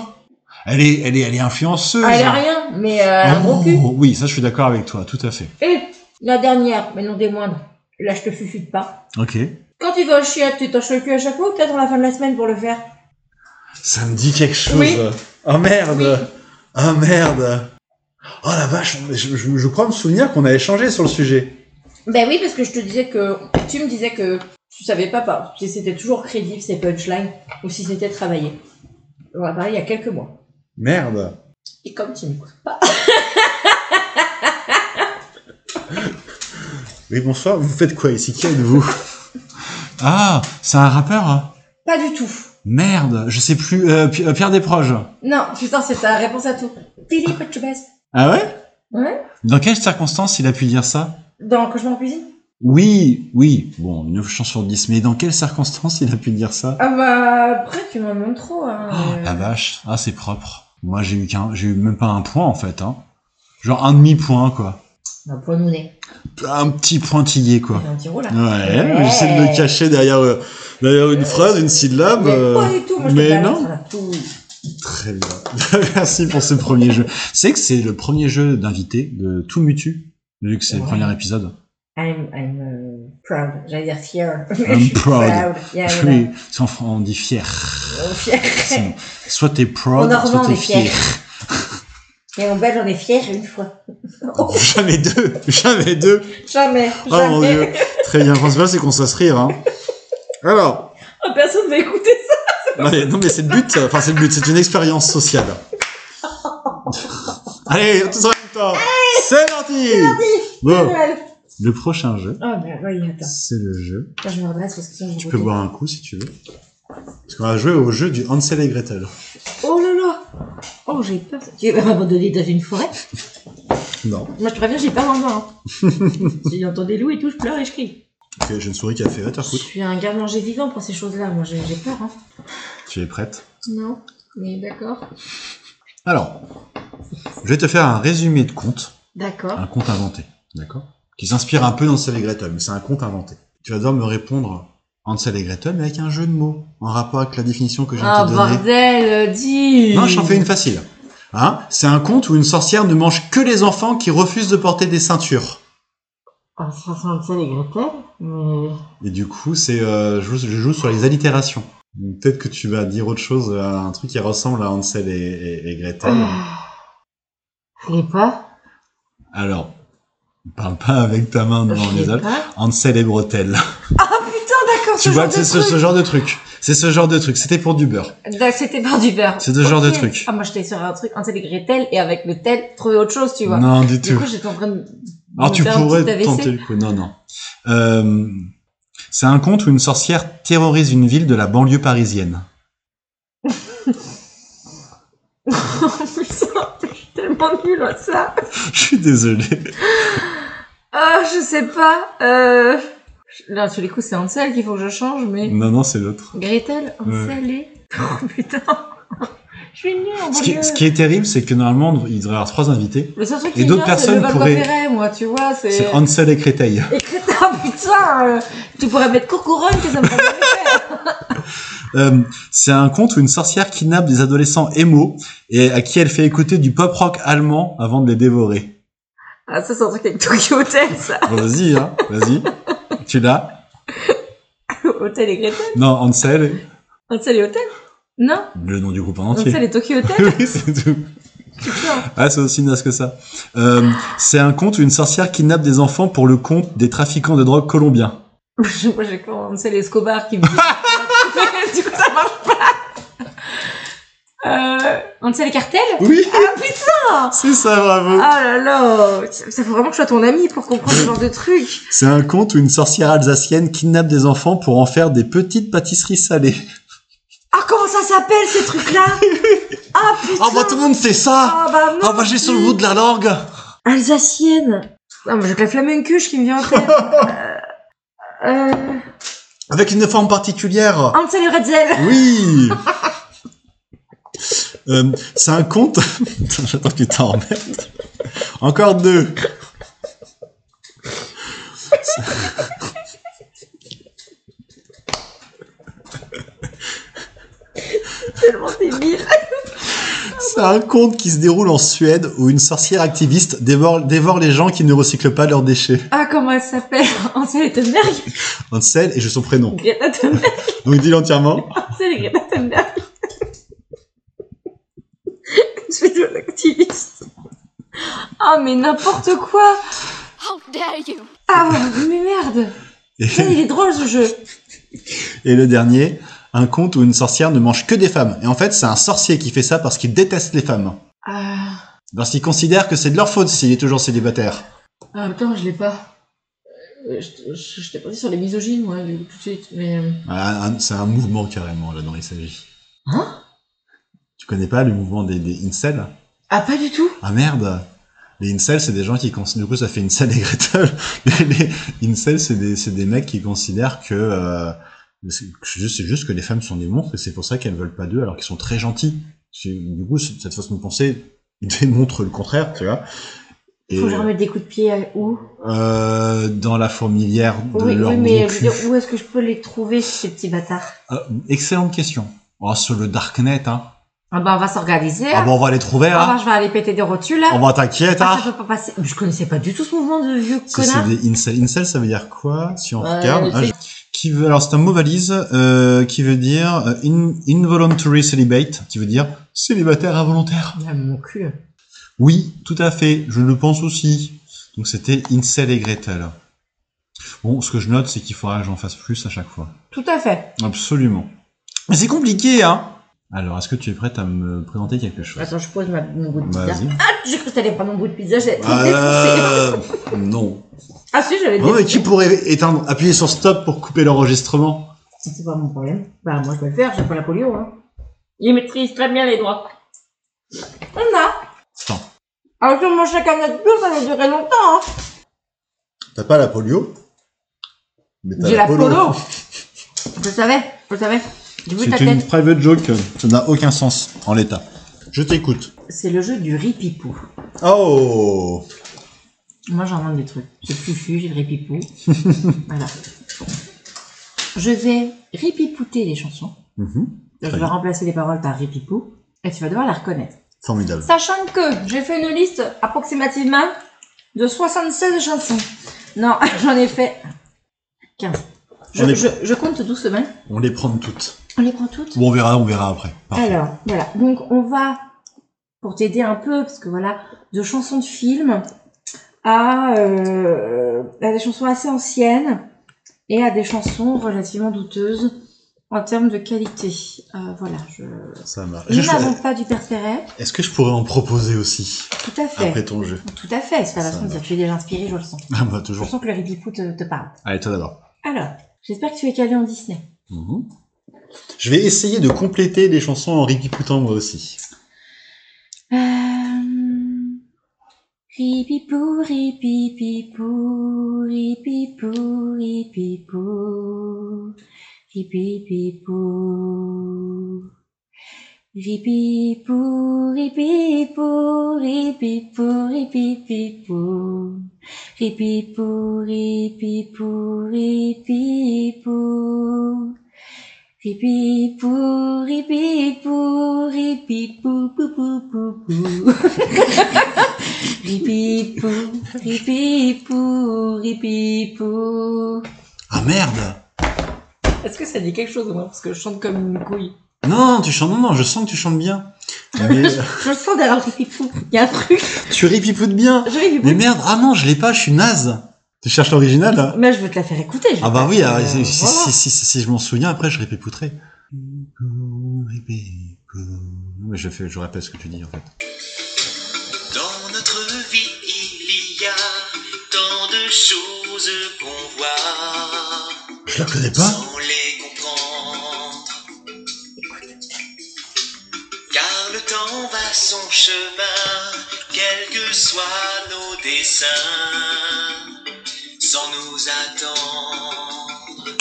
Elle est, elle est, elle est influenceuse
Ah, elle a rien, mais euh, elle a un gros
Oh,
cul.
Oui, ça je suis d'accord avec toi, tout à fait.
Et la dernière, mais non des moindres. Là, je te fufute pas.
Ok.
Quand tu vas au chiotte, tu torches le cul à chaque fois ou peut-être à la fin de la semaine pour le faire
Ça me dit quelque chose.
Oui.
Oh merde
Oui.
Oh merde Oh la vache, je, je- je crois me souvenir qu'on a échangé sur le sujet.
Ben oui, parce que je te disais que. Tu me disais que tu savais pas, pas si c'était toujours crédible ces punchlines ou si c'était travaillé. On a parlé il y a quelques mois.
Merde.
Et comme tu m'écoutes pas.
Oui, bonsoir, vous faites quoi ici Qui êtes-vous (laughs) Ah, c'est un rappeur hein.
Pas du tout.
Merde, je sais plus, euh, Pi- euh, Pierre Desproges.
Non, putain, c'est ta réponse à tout. Tilly, pas de best.
Ah ouais
Ouais.
Dans quelles circonstances il a pu dire ça
Dans Cauchemar en cuisine
Oui, oui, bon, 9 chances sur 10, mais dans quelles circonstances il a pu dire ça
Ah bah, après, tu m'en demandes trop. Hein.
Oh, la vache, ah c'est propre. Moi j'ai eu qu'un, j'ai eu même pas un point en fait, hein. Genre un demi-point quoi.
On va nous nez.
Un petit pointillé quoi.
un petit là.
Ouais, j'essaie de me cacher derrière, euh, derrière une phrase, une syllabe.
Mais
euh,
pas du tout, moi je
mais
te balance,
non.
là, tout.
Très bien. (laughs) Merci pour ce premier jeu. C'est que c'est le premier jeu d'invité de tout Mutu, vu que c'est le
Ouais.
premier épisode.
I'm, I'm euh, proud, j'allais dire (laughs) fier.
I'm proud.
Yeah,
Oui,
yeah.
c'est en fran- on dit fier.
Oh, fier.
Sinon, soit t'es proud,
On en
soit
revend
t'es
les fiers.
fier.
Et en belge, on est fier une fois. Oh,
Jamais deux, jamais deux.
jamais,
Oh mon
jamais.
dieu. Très bien. Le principal, c'est qu'on se fasse rire. Hein. Alors,
(laughs) Oh, personne va écouter ça.
non mais, non, mais c'est le but. Enfin, c'est le but. C'est une expérience sociale. (laughs) Allez, tous en même temps. C'est parti. Bon,
Oh,
le prochain jeu,
bah oui, attends.
c'est le jeu
Attends, je me redresse parce que sinon je
Tu
vais
peux
goûter.
boire un coup si tu veux. Parce qu'on va jouer au jeu du Hansel et Gretel.
Oh là là. Oh, j'ai peur. Tu vas m'abandonner dans une forêt
Non.
Moi, je préviens, j'ai pas d'endroit. Hein.
(laughs)
si j'entends des loups et tout, je pleure et je crie.
Ok, j'ai une souris qui a fait va te
Je
foutre.
suis un garde-manger vivant pour ces choses-là. Moi, j'ai j'ai peur. Hein.
Tu es prête
Non, mais d'accord.
Alors, je vais te faire un résumé de conte,
D'accord.
un conte inventé, d'accord Qui s'inspire un peu d'Hansel et Gretel, mais c'est un conte inventé. Tu vas devoir me répondre Hansel et Gretel, mais avec un jeu de mots, en rapport avec la définition que je viens
Ah,
de te donner.
bordel, euh, dis
Non, je t'en fais une facile. Hein c'est un conte où une sorcière ne mange que les enfants qui refusent de porter des ceintures.
Ah, ça sent le sel et Gretel, mais...
Et du coup, c'est euh, je, joue- je joue sur les allitérations. Donc, Peut-être que tu vas dire autre chose, euh, un truc qui ressemble à Hansel et, et- et Gretel.
Ah. Je l'ai pas.
Alors, parle pas avec ta main devant
Je
les
l'ai
autres.
pas.
Hansel et Bretel.
Ah putain, d'accord,
Tu
(laughs) ce
vois,
genre
c'est
de
ce, ce
truc.
genre de truc. C'est ce genre de truc. C'était pour du beurre.
D'accord, C'était pas du beurre.
C'est ce genre
Ok.
de truc.
Ah, moi, j'étais sur un truc Hansel et Gretel, et avec le tel, trouver autre chose, tu vois.
Non, du
Du
tout.
coup, j'étais en train de...
Alors,
de
tu
faire un
pourrais
petit AVC.
tenter le coup. Non, non. Euh, c'est un conte où une sorcière terrorise une ville de la banlieue parisienne.
Putain, je suis tellement nulle à ça.
(laughs) Je suis désolé.
Ah, je sais pas. Euh... Là, sur les coups, c'est Hansel qu'il faut que je change, mais...
Non, non, c'est l'autre.
Gretel, Hansel et... Oh (laughs) putain. je suis nulle en
Ce qui,
banlieue.
ce qui est terrible, c'est que normalement, il devrait y avoir trois invités.
Le seul truc
Et
qui me
d'autres
vient, c'est
personnes
le Valois
pourraient-
(laughs) Perret, moi, tu vois, c'est...
C'est Hansel et Créteil.
Et Crétin, putain, euh, tu pourrais mettre Courcouronne que ça me ferait (laughs) jamais faire.
Euh, c'est un conte où une sorcière kidnappe des adolescents émo et à qui elle fait écouter du pop rock allemand avant de les dévorer.
Ah, ça, c'est un truc avec Tokyo Hotel, ça.
Bon, vas-y, hein, vas-y. Tu l'as
(laughs) Hôtel et Gretel.
Non, Hansel,
Hansel et Hôtel Non
le nom du groupe en entier.
Hansel et Tokyo Hotel
(laughs) oui, c'est tout. (laughs)
Putain.
Ah, c'est aussi naze que ça. Euh, c'est un conte où une sorcière kidnappe des enfants pour le compte des trafiquants de drogue colombiens.
Moi, j'ai quand Hansel et Escobar qui
(laughs)
me dit. du coup, ça marche pas. Euh, Hansel et Cartel
Oui,
Ah, putain
c'est ça, bravo.
Ah là là Ça ça faut vraiment que je sois ton ami pour comprendre ce genre de truc.
C'est un conte où une sorcière alsacienne kidnappe des enfants pour en faire des petites pâtisseries salées.
Ah, comment ça s'appelle, ces trucs-là Ah, putain
bah, le monde fait ça
Ah, bah non si.
de la langue
Alsacienne Ah, mais j'ai que la flamencuche qui me vient
(laughs)
en tête. euh... euh,
Avec une forme particulière
Hansel et Redzel
Oui Euh, C'est un conte... (laughs) Putain, J'attends que tu t'en remettes. Encore deux C'est-
Tellement débile
C'est un conte qui se déroule en Suède où une sorcière activiste dévore, dévore les gens qui ne recyclent pas leurs déchets.
Ah, comment elle s'appelle (laughs) Hansel et Thunberg
Hansel et je son prénom.
Greta Thunberg
Donc dis-le entièrement.
Hansel et Greta Thunberg Je suis de l'activiste Ah, mais n'importe quoi
How dare you!
Ah, mais merde
Et-
Putain, Il est drôle, ce jeu
Et le dernier, un conte où une sorcière ne mange que des femmes. Et en fait, c'est un sorcier qui fait ça parce qu'il déteste les femmes.
Ah,
Parce qu'il considère que c'est de leur faute s'il est toujours célibataire.
ah attends, je l'ai pas. Euh, Je, je, je t'ai pas dit sur les misogynes, moi, du- tout de suite, mais... euh,
Ah, un- C'est un mouvement carrément là dont il s'agit.
Hein
Tu connais pas le mouvement des, des incels
Ah, pas du tout
Ah merde Les incels, c'est des gens qui considèrent... Du coup, ça fait incel et Gretel. (laughs) Les, les incels, c'est des, c'est des mecs qui considèrent que... euh, c'est que juste- c'est juste que les femmes sont des monstres et c'est pour ça qu'elles veulent pas d'eux alors qu'ils sont très gentils. C'est- Du coup, c- cette façon de penser (laughs) démontre le contraire, tu vois. Et,
Faut que je remette des coups de pied à où
euh, dans la fourmilière de
Oui,
leur
oui, mais
bon
je veux
cul.
dire, où est-ce que je peux les trouver, ces petits bâtards
Euh, excellente question. Oh, sur le darknet, hein.
Ah bah, on va s'organiser,
Ah
hein.
bon, on va les trouver,
Ah bah,
hein.
je vais aller péter des rotules, là
On va t'inquiète,
Ah,
hein.
ça peut pas passer. Mais je connaissais pas du tout ce mouvement de vieux
Ça,
connard.
c'est des incel. Incel, ça veut dire quoi Si on
Ouais,
regarde.
le
hein,
fait-
je- qui veut... Alors, c'est un mot valise euh, qui veut dire euh, in- involuntary celibate, qui veut dire célibataire involontaire.
Ah, mon cul.
Oui, tout à fait, je le pense aussi. Donc, c'était Incel et Gretel. Bon, ce que je note, c'est qu'il faudra que j'en fasse plus à chaque fois.
Tout à fait.
Absolument. Mais c'est compliqué, hein Alors, est-ce que tu es prête à me présenter quelque chose Bah,
Attends, je pose ma, mon bout de pizza. Ah,
Vas-y.
J'ai cru que t'allais prendre mon bout de pizza, j'allais tout défoncer.
Euh,
hein.
non.
Ah si, j'allais
Non, mais qui
défoncer.
pourrait éteindre, appuyer sur stop pour couper l'enregistrement
C'est pas mon problème. Bah, moi, je peux le faire, j'ai pas la polio, hein. Il maîtrise très bien les doigts. On a.
Attends.
Alors, si on mange chacun notre bout, ça va durer longtemps, hein.
T'as pas la polio mais
J'ai la polo. Je le savais, je le savais. J'ai vu ta
C'est une
tête.
private joke, ça n'a aucun sens en l'état. Je t'écoute.
C'est le jeu du ripipou.
Oh
Moi, j'invente des trucs. J'ai le fufu, j'ai
(laughs)
le ripipou. voilà. Je vais ripipouter les chansons.
Mhm.
Je
Très
vais
bien.
remplacer les paroles par ripipou. Et tu vas devoir la reconnaître.
Formidable.
Sachant que j'ai fait une liste approximativement de 76 chansons. Non, (laughs) j'en ai fait 15. Je,
On est-
je, je compte doucement.
On les prend toutes.
On les prend toutes
Bon, on verra, on verra après. Parfait.
Alors, voilà. Donc, on va, pour t'aider un peu, parce que voilà, de chansons de films à, euh, à des chansons assez anciennes et à des chansons relativement douteuses en termes de qualité. Euh, voilà. Je...
Ça marche.
Nous
Je- je-
n'avons pas du Perret.
Est-ce que je pourrais en proposer aussi
Tout à fait.
après ton jeu
Tout à fait. C'est la
Ça
façon de
va.
dire. Tu es déjà inspiré, je le sens.
Ah bah
Je
toujours.
sens que le Ripipou te, te parle.
Allez, toi d'abord.
Alors, j'espère que tu es calé en Disney.
Mhm. Je vais essayer de compléter les chansons en ripipoutant moi aussi.
Euh... Um, Ripipou, ripipipou, ripipou, ripipou, ripipipou. Ripipou, ripipou, ripipou, ripipipou. Pipipou, ripipou, ripipou. Ripipou, ripipou, ripipou, pou, pou, pou, (laughs) pou. Ripipou, ripipou, ripipou.
Ah merde
Est-ce que ça dit quelque chose au moins Parce que je chante comme une couille.
Non, tu chantes, non, non, je sens que tu chantes bien. (laughs) Mais euh,
Je sens d'avoir ripipou. Il y a un truc.
tu ripipoutes bien.
Je
Mais
ripipou.
merde, ah non, je l'ai pas, je suis naze. Tu cherches l'original là
Mais je veux te la faire écouter. je
Ah
veux
bah
pas
oui,
que-
ah, si, si,
Euh, voilà.
si, si- si- si je m'en souviens, après je répéterai. Mais je, fais, je répète ce que tu dis en fait.
Dans notre vie, il y a tant de choses qu'on voit
Je la connais
sans les comprendre. Car le temps va son chemin, quels que soient nos desseins, sans nous attendre.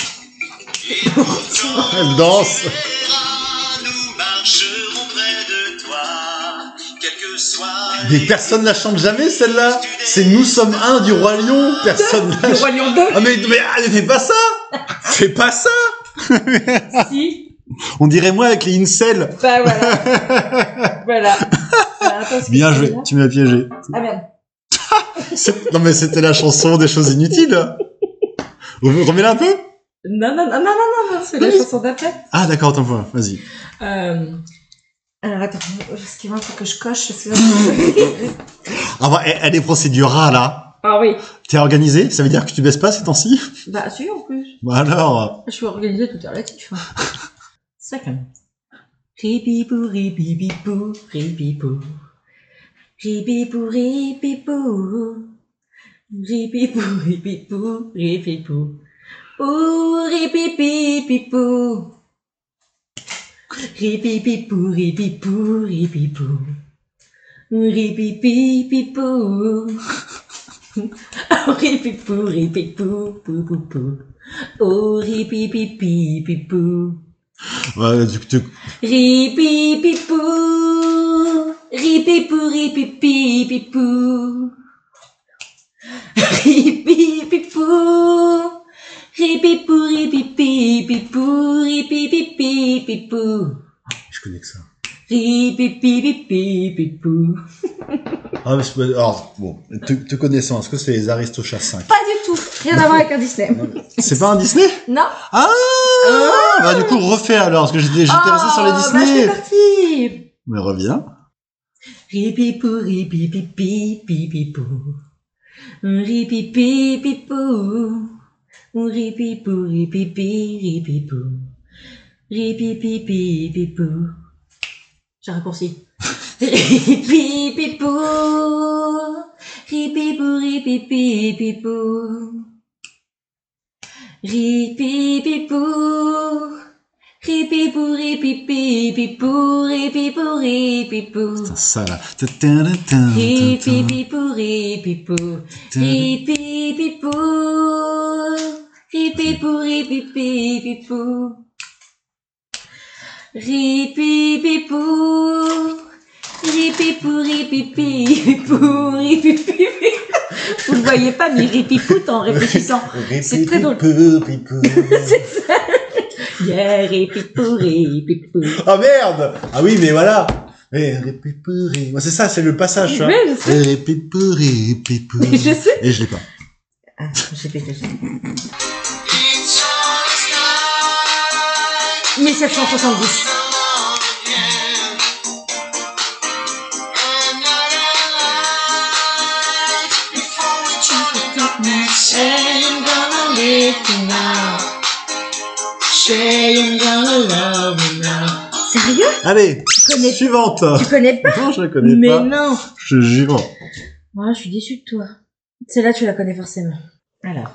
Et pourtant,
Elle danse.
tu verras, nous marcherons près de toi, quels que soient
Mais
les
personne la chante jamais celle-là C'est Nous sommes un du Roi Lion Personne la
Le
chante.
Roi Lion 2
Ah mais, mais, ah, mais fais pas ça Fais pas ça
Si.
On dirait moi avec les incels
(laughs) Bah voilà. voilà. Bah, attends, est-ce que
Bien
c'est
joué,
là
tu m'as piégé.
Ah merde.
C'est- Non mais c'était la chanson des choses inutiles Remets-la un peu
Non, non, non, non, non, non, non, c'est la
Oui.
chanson d'après.
Ah d'accord, attends, voilà, vas-y.
Euh... Alors attends, parce qu'il faut que je coche. parce que-
Ah bah, elle elle est procédurale là
ah oui.
T'es organisé Ça veut dire que tu baisses pas ces temps-ci
Bah si, en plus.
Bah alors
Je suis organisée tout est relatif. (laughs) Ça quand même. Ripipou, ripipipou, ripipou. Ripipou, ripipou. Ripipou, ripipou, ripipou. Ouh, ripipipipou. Ripipipou, ripipou, ripipou. (laughs) Ripipipipou. Ripipou, ripipou, pou, pou, pou. Oh, ripipipipipou.
Ouais, bah, tu- tu-
Ripipipou, ripipou, ripipipipou. Ripipipou, ripipou, ripipipipou, ripipipipipou.
Je connais que ça.
Ripipipipipipou.
Ah, mais c'est pas- Alors, bon, te, te connaissant, est-ce que c'est les Aristochats 5
Pas du tout, rien à voir avec un Disney.
C'est pas un Disney
Non.
Ah Bah du coup, refais alors, parce que j'étais j'étais resté sur les
Oh, bah,
Disney
c'est parti.
Mais reviens.
Ripipou, ripipipipipipou. pipipou. Ripipipipipou. Ripipou, ripipi, ripipou. Ripipipipipou. J'ai raccourci. Ripipipipou. Ripipou, ripipipipipou. Ripipipou. Ripipou, ripipipipipou. Ripipou, ripipou.
Putain, ça là. Ta-ta-ra-ta-ta-ta.
Ripipipou, ripipou, ripipipou, ripipou, ripipipipou. Ripipipou, ripipou, ripipipipou, ripipipipou. Vous ne voyez pas, mais ripipoute en réfléchissant. C'est très drôle. (laughs)
Ripipipou, pipou.
C'est ça. Yeah, ripipou, ripipou.
Ah merde Ah oui, mais voilà Eh, ripipou, ri- Moi, C'est ça, c'est le passage. tu vois.
Ouais, je sais.
Eh, ripipou, ripipou.
(laughs) Je sais.
Et je l'ai pas.
Ah, j'ai fait quelque chose.
It's just like
1770.
someone new. Another life before we try to cut that
I'm
shame.
gonna live you now. Say I'm gonna love you now. Sérieux
Allez,
connais-
suivante
Tu connais pas
Non, je la connais
Mais
pas.
non
Je te jure.
Moi, je suis déçue de toi. Celle-là, tu la connais forcément. Alors.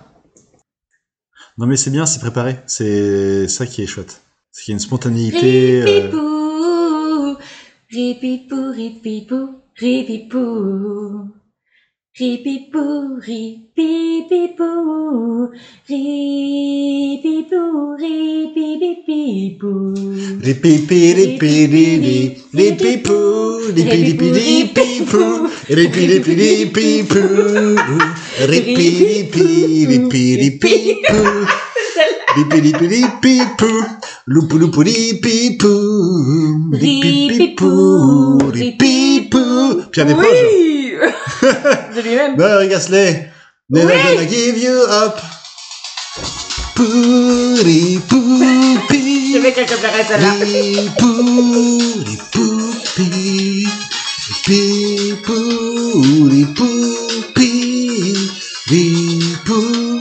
Non mais c'est bien, c'est préparé. C'est ça qui est chouette. C'est qu'il y a une spontanéité. euh,
Ripipou Ripipou, ripipou, ripipou. Ripipou, ripipipou, ripipou, ripipipipou.
Ripipi, ripi, ripi, ripipou, ripi, ripi, ripipou, ripi, ripi, ripipou, ripi, ripi, ripi, ripipou, ripi, ripi, ripipou, loupou, loupou, ripipou, ripipipou, ripipou. Pierre Desproges.
(laughs) Oui De lui-même.
Burger Gasly, never
Oui.
gonna give you up. Pouri poupi.
Le mec a comme la là.
Li pouri poupi. Pi pouri poupi. Li pou.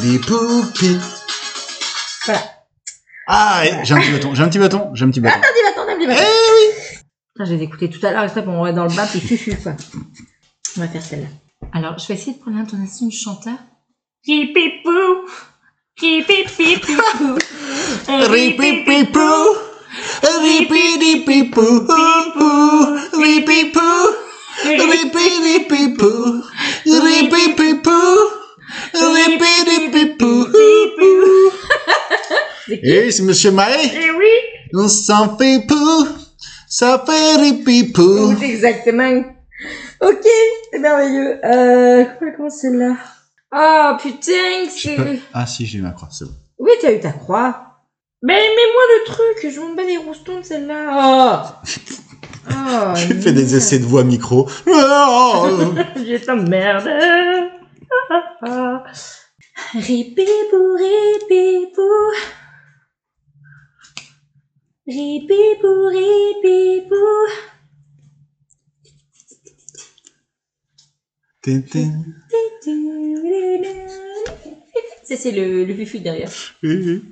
Li poupi.
Voilà.
Ah, et j'ai un petit bâton, j'ai un petit bâton, j'ai un petit bâton.
Attendez, attendez, attendez,
Eh
attendez.
oui
Putain, Je les écoutais tout à l'heure, exprès pour on va dans le bain, puis fufu, quoi. On va faire celle-là. Alors, je vais essayer de prendre l'intonation du chanteur. Ripipou Ripipipipou
(laughs) Ripipipou. Ripipipou. Ripipou. Ripidipipou, ripipipou, ripidipipou. Eh oui, c'est Monsieur Maé.
Eh oui
On s'en fait pou, ça fait ripipou.
Oui, exactement. Ok, c'est merveilleux. Euh, comment comment c'est là Oh putain, c'est...
Ah si, j'ai eu ma croix, c'est bon.
Oui, t'as eu ta croix. Mais mets-moi le truc, je m'en bats les roustons de celle-là.
(laughs)
Oh. Oh,
J'ai fait des essais de voix micro. Oh,
Je t'emmerde. Ah, ah, ah. Ripipou, ripipou. Ripipou, ripipou.
Tintin.
Ça, c'est le, le fufu derrière.
Oui,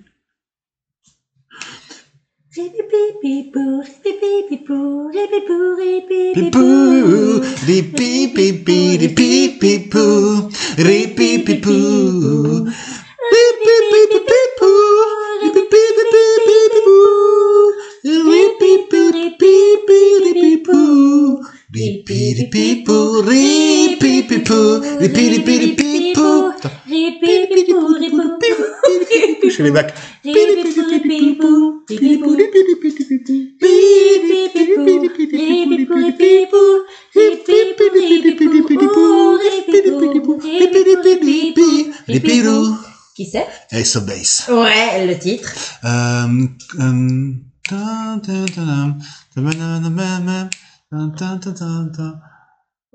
Ripipipipou, ripipipipou, ripipou,
oui. Pipou,
ripipipou.
ripipipi, ripipipou, ripipipou. Je
Ripipipou, ripipou,
fais les bacs.
ripipou, ripipou, ripipou.
Les pirou.
Qui c'est
Et so base.
Ouais, le titre.
Euh, euh, tin, tin, tin, tin, tin, tin, tin, tin, tin, tin, tin, tin.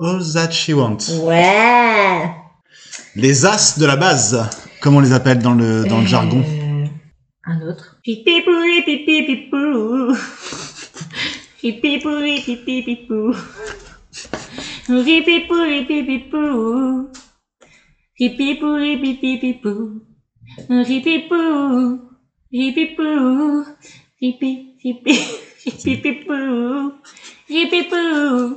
All that she wants.
Ouais.
Les as de la base, comme on les appelle dans le, dans le jargon. (laughs)
Euh, Un autre. Pipipou, pipipipou. (laughs) Pipipou, pipipipou. Pipipou, pipipipou. Pipipou, pipipipou. Pipipou, pipipou. Pipi, pipi, (laughs) pipipipou. Pipipou,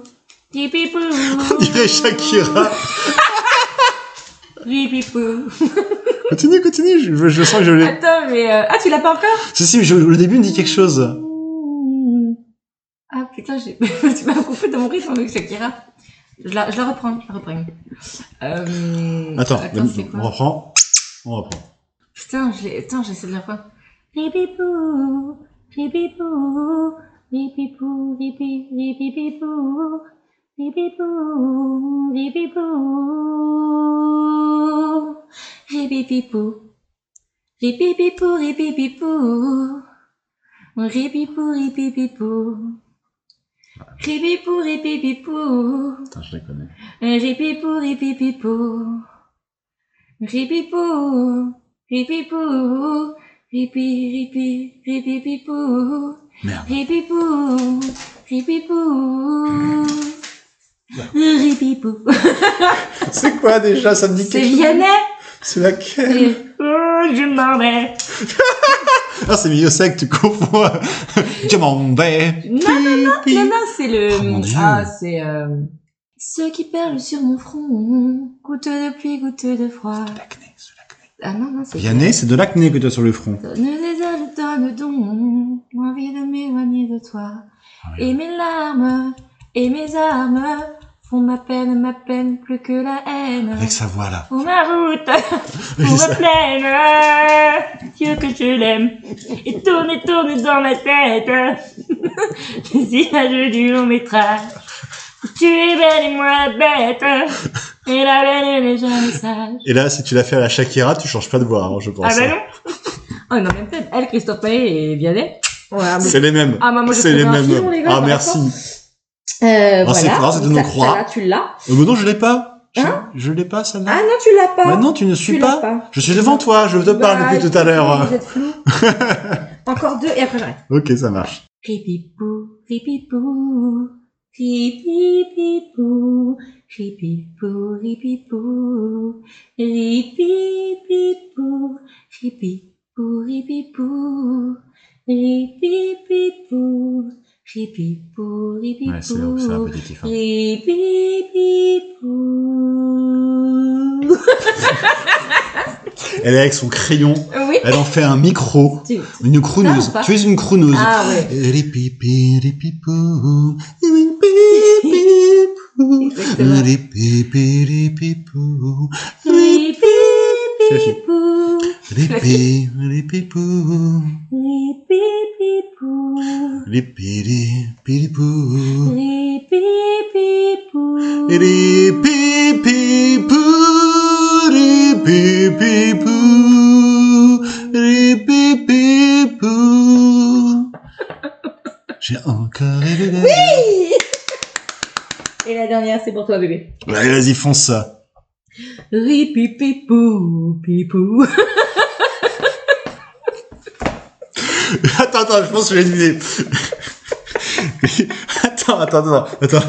(laughs)
pipipou.
On dirait Shakira.
Pipipou.
Continue, continue, je, je- je sens que je l'ai.
Attends, mais. euh, Ah, tu l'as pas encore
Si, si, je- le début me dit quelque chose.
Ah putain, j'ai... (laughs) tu m'as coupé dans mon rythme avec Shakira. Je la, je la reprends, je la reprends. Euh...
Attends,
c'est
on
quoi
reprend. On reprend.
Putain, je l'ai... Attends, j'essaie de la reprendre. Ripipou, ripipou, ripipou, ripi, ripipipou, ripipou, ripipou, ripipipou, ripipipou, ripipipou, ripipou, ripipipou, ripipou, ripipipou.
Putain, je la connais.
Ripipou, ripipipou. Ripipou, ripipou. Ripi, ripi, ripipipou.
Merde.
Ripipou, ripipou. Ripipou.
C'est quoi déjà Ça me dit
C'est
quelque chose.
Vianney
C'est laquelle
Oh, je m'en vais.
Ah, c'est milieu sec, tu (laughs) confonds. Je m'en vais.
Non, Non, non, c'est le...
Oh, mon Dieu.
ah, c'est... euh, Ceux qui perlent sur mon front, goutte de pluie, goutte de froid.
L'acné, c'est l'acné.
Ah non, non, c'est...
Vianney, c'est de l'acné que tu as sur le front.
Ne désole, donne donc
Ah,
envie de m'éloigner de toi. Et mes larmes, et mes armes On m'appelle, m'appelle plus que la haine.
Avec sa voix là.
Pour ma route, on me plaît, Dieu que je l'aime, et tourne et tourne dans ma tête, (laughs) les images du long métrage. Tu es belle et moi bête, et la belle n'est jamais sage.
(laughs) Et là, si tu l'as fait à la Shakira, tu changes pas de voix, hein, je pense.
Ah bah
hein.
non (laughs) Oh non, même peut-être elle, Christophe Maé et Vianney. Ouais, ah, mais-
C'est les mêmes.
Ah, bah, moi, je
C'est les
préfère un
mêmes.
filon, les gars,
ah,
par
merci.
Euh,
Ah, c'est-
voilà,
ah, c'est de
donc
nous
ça-
croire.
ça, tu l'as
Euh, mais non, je l'ai pas. Je,
Hein
je l'ai pas, celle-là.
Ah non, tu l'as pas
Bah non, tu ne suis
tu l'as
pas.
pas.
Je suis devant toi, je te parle depuis tout à l'heure.
Vous
(laughs)
êtes flou. Encore deux, et après j'arrête.
Ok, ça marche.
Ripipou, ripipou, ripipipou, ripipou, ripipou, ripipipou, ripipou, ripipou, ripipipou, ripipou,
Ouais, c'est là où c'est
ripipou,
répétitif. hein.
ripipipou.
Elle est avec son crayon,
Euh, Oui.
elle en fait un micro.
Tu-
Une crooneuse.
Ah, pas-
tu es une crooneuse.
Ah ouais.
Ripipi, ripipou, ripipipou,
Exactement.
ripipi, ripipou,
Ripipipou,
ripi, ripipou,
ripipipou,
ripi, ripipou,
ripipipou.
ripipipou, ripipipou, ripipipou. J'ai encore rêvé d'elle.
Et la dernière, c'est pour toi, bébé.
Allez, vas-y, fonce ça. (laughs)
Ripipipou, pipou.
Attends, attends, je pense que j'ai une idée. (laughs) attends, attends, attends, attends,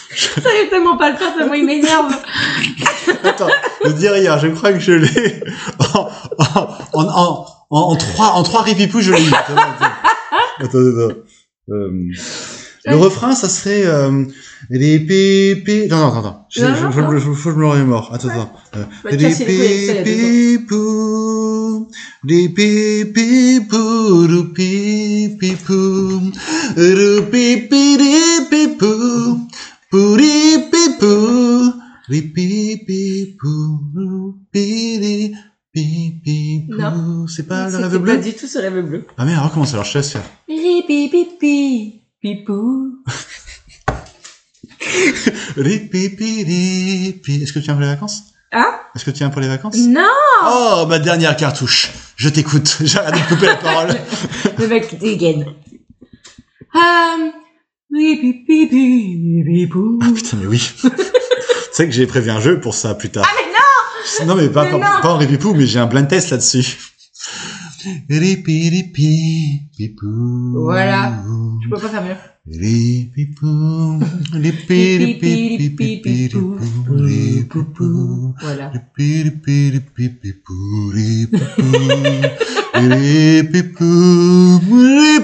(laughs) Ça, il tellement pas le faire, tellement il m'énerve.
(laughs) attends, ne dis rien, je crois que je l'ai. En, en, en, en, en, en trois, en trois ripipous, je l'ai eu. Attends, attends, attends. Euh, le refrain, ça serait, euh, les pépés, non, non, attends, attends, je, je,
Non,
je,
non,
je, je- faut que je me remémore. Attends, attends, Euh,
Bah, tiens,
les
c'est les collègues, ça, il y a deux ans.
pépipous, les pépipous, le pépipou, le pépi, les pépous, pour les pépous, les pépipous, le péri, pépipou.
Non.
C'est pas le
C'était
rêve bleu?
Pas du tout ce rêve bleu.
Ah merde, alors comment ça alors je te laisse faire.
Ripipipi, pipou.
Les pépés, les pé- Est-ce que tu viens pour les vacances?
Hein
Est-ce que tu viens pour les vacances?
Non!
Oh, ma dernière cartouche. Je t'écoute. (laughs) J'arrête de couper la
(laughs)
parole.
Le mec qui dégaine.
Hum,
Um, ripipipi, pipou.
Putain, mais oui. tu sais que j'ai prévu un jeu pour ça plus tard. Ah, mais non Non, mais pas,
Mais
pas,
non
pas en ripipou, mais j'ai un blind test là-dessus. Ripiripipipou.
Voilà. Je peux pas faire mieux.
Ripipou. Ripiripipipipou. Ripipou.
Voilà.
Ripiripiripipipou. Ripipou. Ripipou.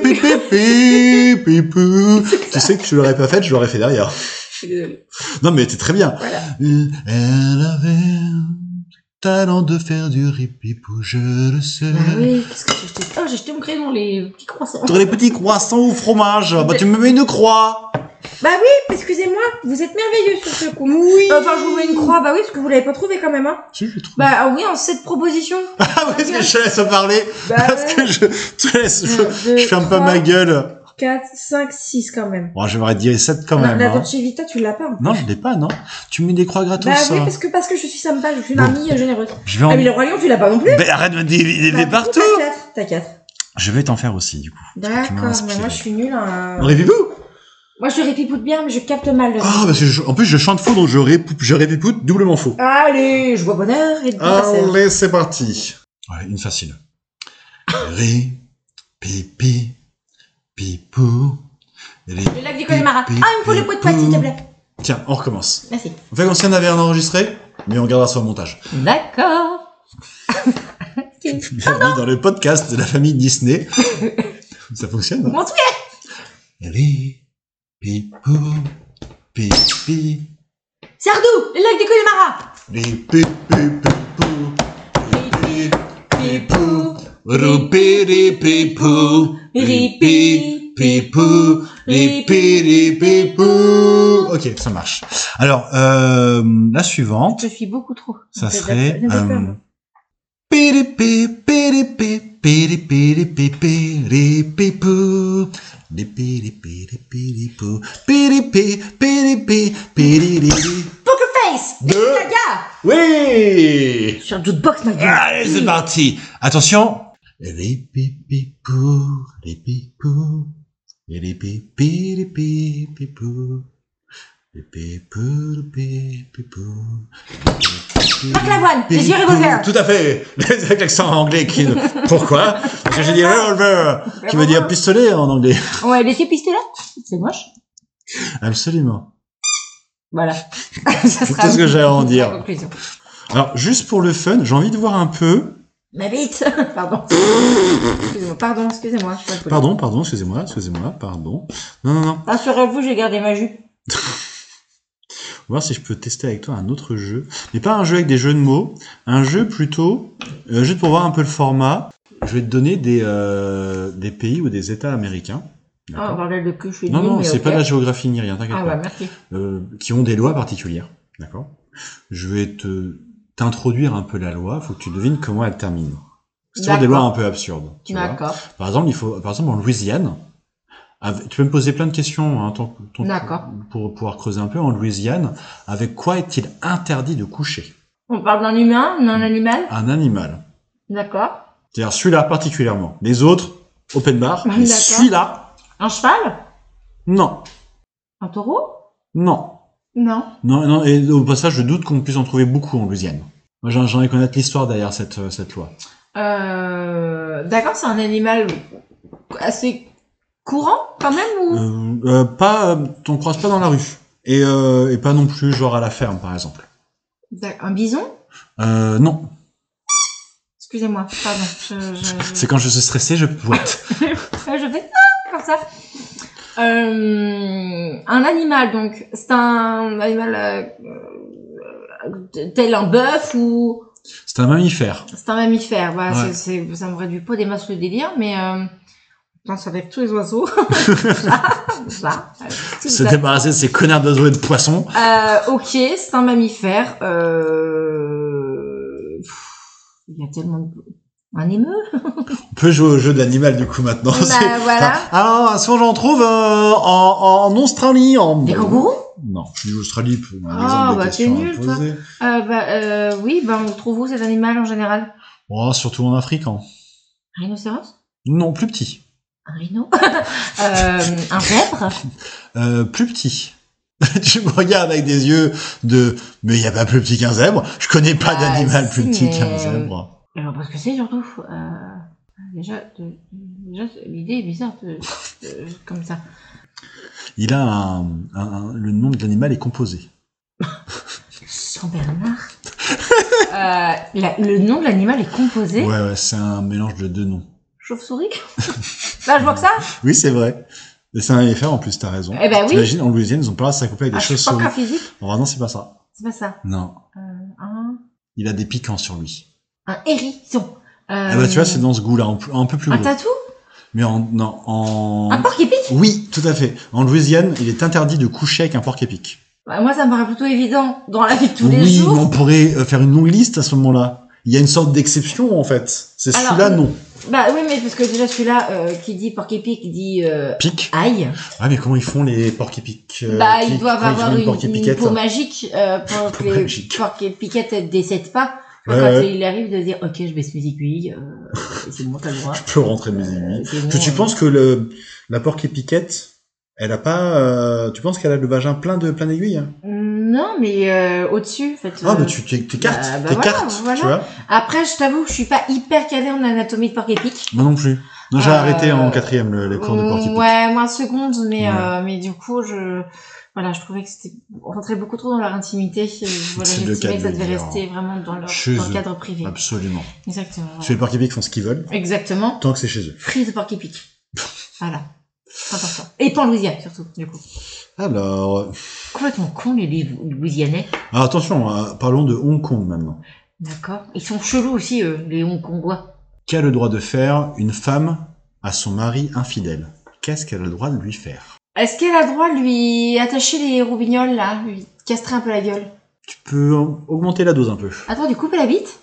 Ripipipipipou. Tu sais que tu l'aurais pas fait, je l'aurais fait derrière.
Je suis désolée.
Non, mais t'es très bien. Euh,
Voilà.
Elle avait un talent de faire du ripipou, je le sais.
Ah
Bah
oui, qu'est-ce que j'ai acheté Oh, j'ai acheté mon crayon, les petits croissants.
Sur les petits croissants au fromage, bah tu me mets une croix.
Bah
Eh,
oui, excusez-moi, vous êtes merveilleux sur ce coup. Oui. Euh, Enfin, je vous mets une croix, bah oui, parce que vous l'avez pas trouvé quand même, hein.
Si, je trouve.
Bah ah oui, en cette proposition.
Ah oui, parce que je te laisse parler.
Bah
(laughs) Parce que je te laisse, je,
ouais.
je ferme pas ma gueule.
4, 5, 6 quand même.
Bon, j'aimerais dire 7 quand
Non,
même.
la
hein.
Dolce Vita, tu l'as pas. hein.
Non, je l'ai pas, non. Tu mets des croix gratos.
Bah oui,
hein.
parce que, parce que je suis sympa, je suis une
Bon.
amie généreuse.
Je vais en.
Ah mais le Roi Lion, tu l'as pas non plus
Ben, arrête de me diviser
Bah, du coup,
partout.
T'as 4, t'as 4.
Je vais t'en faire aussi, du coup. Tu m'as
D'accord, mais
inspiré.
moi je suis nulle. hein.
Ripipou
Moi je répipoute bien, mais je capte mal. le-
Ah, parce que je- en plus, je chante faux, donc je, rip- je ripipoute doublement faux.
Allez, je vois bonheur et de passage.
Allez, c'est parti. Ouais, une facile. Ré, pipi, pipou. Ré,
Le lac du Connemara. Ah, il me faut le pot de pâte, s'il te plaît.
Tiens, on recommence.
Merci.
On fait comme si on avait un enregistré, mais on gardera ça au montage.
D'accord.
Bienvenue dans le podcast de la famille Disney. ça fonctionne hein
Mon
Ré, pipou, pipi.
Sardou, le lac du Connemara.
Ré, pipi, pipou. Ré, pipi, pipou. Roupi, ré, pipou. Ré,
Ripi,
pépeux, les pé, les pépeux. Ok, ça marche. Alors, euh, la suivante,
Je suis beaucoup trop.
ça
Ça
serait...
fait peur,
euh,
moi.
Pérépé, pérépé, pérépé, pérépé, pérépé, peu. Les pérépé, les pérépé, pérépé, pérépé, pérépé.
Face
Deux.
Naga
Oui
Je suis un jukebox, ma gueule.
Allez, c'est parti. Attention. Les pipipou, les pipou, les pipi, les pipipou, les pipou, les pipipou.
Marc Lavoine, les yeux revolver.
Tout à fait, avec l'accent anglais. Qui... Pourquoi Parce que j'ai dit revolver, qui veut Ah, dire pistolet en anglais.
Ouais, les pistolets C'est moche.
Absolument.
(laughs) Voilà.
C'est tout ce que j'ai à en dire.
Conclusion.
Alors, juste pour le fun, j'ai envie de voir un peu.
Ma bite (laughs) Pardon. Excusez-moi, pardon, excusez-moi. je suis pas polie.
Pardon, pardon, excusez-moi, excusez-moi, pardon. Non, non, non.
Rassurez-vous, j'ai gardé ma jupe.
On va voir si je peux tester avec toi un autre jeu. Mais pas un jeu avec des jeux de mots, un jeu plutôt, euh, juste pour voir un peu le format. Je vais te donner des, euh, des pays ou des États américains.
Ah,
D'accord
voilà le cul, je suis
non,
nulle,
non,
mais
c'est
ok.
pas de la géographie ni rien, t'inquiète
Ah,
pas.
bah, merci.
Euh, qui ont des lois particulières. D'accord Je vais te t'introduire un peu la loi, faut que tu devines comment elle termine. C'est toujours des
D'accord.
lois un peu absurdes. Tu vois
D'accord.
par exemple, il faut, par exemple, en Louisiane, avec- tu peux me poser plein de questions hein, tant- tant-
D'accord.
pour pouvoir creuser un peu. En Louisiane, avec quoi est-il interdit de coucher
On parle d'un humain, d'un animal
Un animal.
D'accord.
C'est-à-dire celui-là particulièrement. Les autres, open bar. Mais
(laughs) D'accord.
celui-là,
Un cheval
non,
Un taureau
non,
Non.
non, non. Et au passage, je doute qu'on puisse en trouver beaucoup en Louisiane. Moi, j'ai j'ai envie de connaître l'histoire derrière cette, euh, cette loi.
Euh, D'accord, c'est un animal assez courant quand même ou...
Euh, euh, pas, euh, t'en croises pas dans la rue. Et, euh, et pas non plus genre à la ferme, par exemple.
D'ac- Un bison
Euh, non,
Excusez-moi, pardon. Je, je-
(laughs) c'est quand je suis stressé, je boite.
Ouais, je fais ah, comme ça. Euh, un animal, donc, c'est un animal euh, euh, tel un bœuf ou
C'est un mammifère.
c'est un mammifère. Voilà,
Ouais.
c'est, c'est- ça me ferait du pot des masses de délire, mais euh, putain, ça enlève tous les
(laughs)
oiseaux. (laughs) Ah, ça, euh, petit
Se
bœuf.
débarrasser de ces connards d'oiseaux et de poissons.
Euh, ok, c'est un mammifère. Euh, pff, Il y a tellement de... Un émeu
On peut jouer au jeu de l'animal du coup maintenant. Ah,
Bah voilà.
Alors, souvent j'en trouve euh, en, en Australie. En...
Des kangourous
Non, je dis Australie pour un
Ah,
exemple de
bah,
question
t'es
à
nul,
poser.
euh, bah, euh, Oui, bah, on trouve où cet animal en général
Oh, surtout en Afrique. hein.
Un rhinocéros
Non, plus petit.
Un rhino (laughs) Euh, Un zèbre
Euh, plus petit. (laughs) tu me regardes avec des yeux de « Mais il n'y a pas plus petit qu'un zèbre. Je connais pas
Ah,
d'animal
si,
plus petit
mais-
qu'un zèbre.
Je vois pas ce que c'est surtout. Euh, déjà, de- déjà c'est- l'idée est bizarre de, de- comme ça. »
Il a un, un- un- Le nom de l'animal est composé.
Jean Bernard Euh, la- Le nom de l'animal est composé.
Ouais, ouais, c'est un mélange de deux noms.
Chauve-souris (laughs) Là, je vois que ça
Oui, c'est vrai. C'est un mammifère en plus, t'as raison.
Eh ben oui.
T'imagines, en Louisiane, ils ont pas à s'accoupler avec
Ah,
des
je
choses
suis pas
chauves.
qu'un physique
Oh, non, c'est pas ça.
C'est pas ça.
Non.
Euh, Un,
Il a des piquants sur lui.
un hérisson. Euh,
Ah bah, tu vois, c'est dans ce goût-là, un, peu- un peu plus
Un
gros.
tatou
Mais en, non, en...
Un porc qui pique
Oui, tout à fait. En Louisiane, il est interdit de coucher avec un porc épic.
Bah, Moi, ça me paraît plutôt évident dans la vie de tous les
oui,
jours.
mais on pourrait euh, faire une longue liste à ce moment-là. Il y a une sorte d'exception, en fait. C'est
Alors,
celui-là, non.
Bah oui, mais parce que déjà, celui-là, euh, qui dit porc épic, dit euh,
Pic.
ail.
Ah, mais comment ils font les porcs épics euh,
bah,
qui-
ils doivent
quand
avoir
font
une,
porc
une
épiquette hein.
peau magique
(laughs)
euh, pour que
Peau
les
magique.
porcs et piquettes ne décèdent pas.
Ouais,
quand
ouais.
il arrive de dire, ok, je baisse mes aiguilles, euh, c'est bon, t'as le droit.
Je peux rentrer de mes ennemis.
Euh, c'est bon,
Que tu
euh,
penses que le, la porc épiquette, elle a pas, euh, tu penses qu'elle a le vagin plein de plein d'aiguilles hein
Mm, Non, mais euh, au-dessus, en fait.
Ah
euh,
bah tu t'é- t'écartes,
bah, bah
t'écartes,
voilà,
tu
voilà.
vois
Après, je t'avoue, je suis pas hyper calée en anatomie de porc épic.
Moi non plus. Non, j'ai
Euh,
arrêté en quatrième le, les cours de porc épique.
Ouais, moi seconde, mais
Ouais.
euh, mais du coup, je voilà, je trouvais que c'était on rentrait beaucoup trop dans leur intimité. et Voilà,
C'est le
j'estimais
cas
que
de
ça
le
devait
dire.
rester vraiment dans leur
Chez
dans le
eux.
cadre privé.
Absolument.
Exactement. voilà.
Parce que les porc épiques font ce qu'ils veulent,
Exactement.
tant que c'est chez eux.
Frise de porc épic. voilà. C'est Important. Et pas en Louisiane, surtout, du coup.
Alors, euh,
Complètement con, les Lou- Louisianais.
alors attention, euh, parlons de Hong Kong maintenant.
D'accord. Ils sont chelous aussi, eux, les Hongkongois.
Qu'a le droit de faire une femme à son mari infidèle qu'est-ce qu'elle a le droit de lui faire
Est-ce qu'elle a le droit de lui attacher les roubignoles là Lui castrer un peu la gueule
Tu peux euh, augmenter la dose un peu.
Attends, du coup, elle habite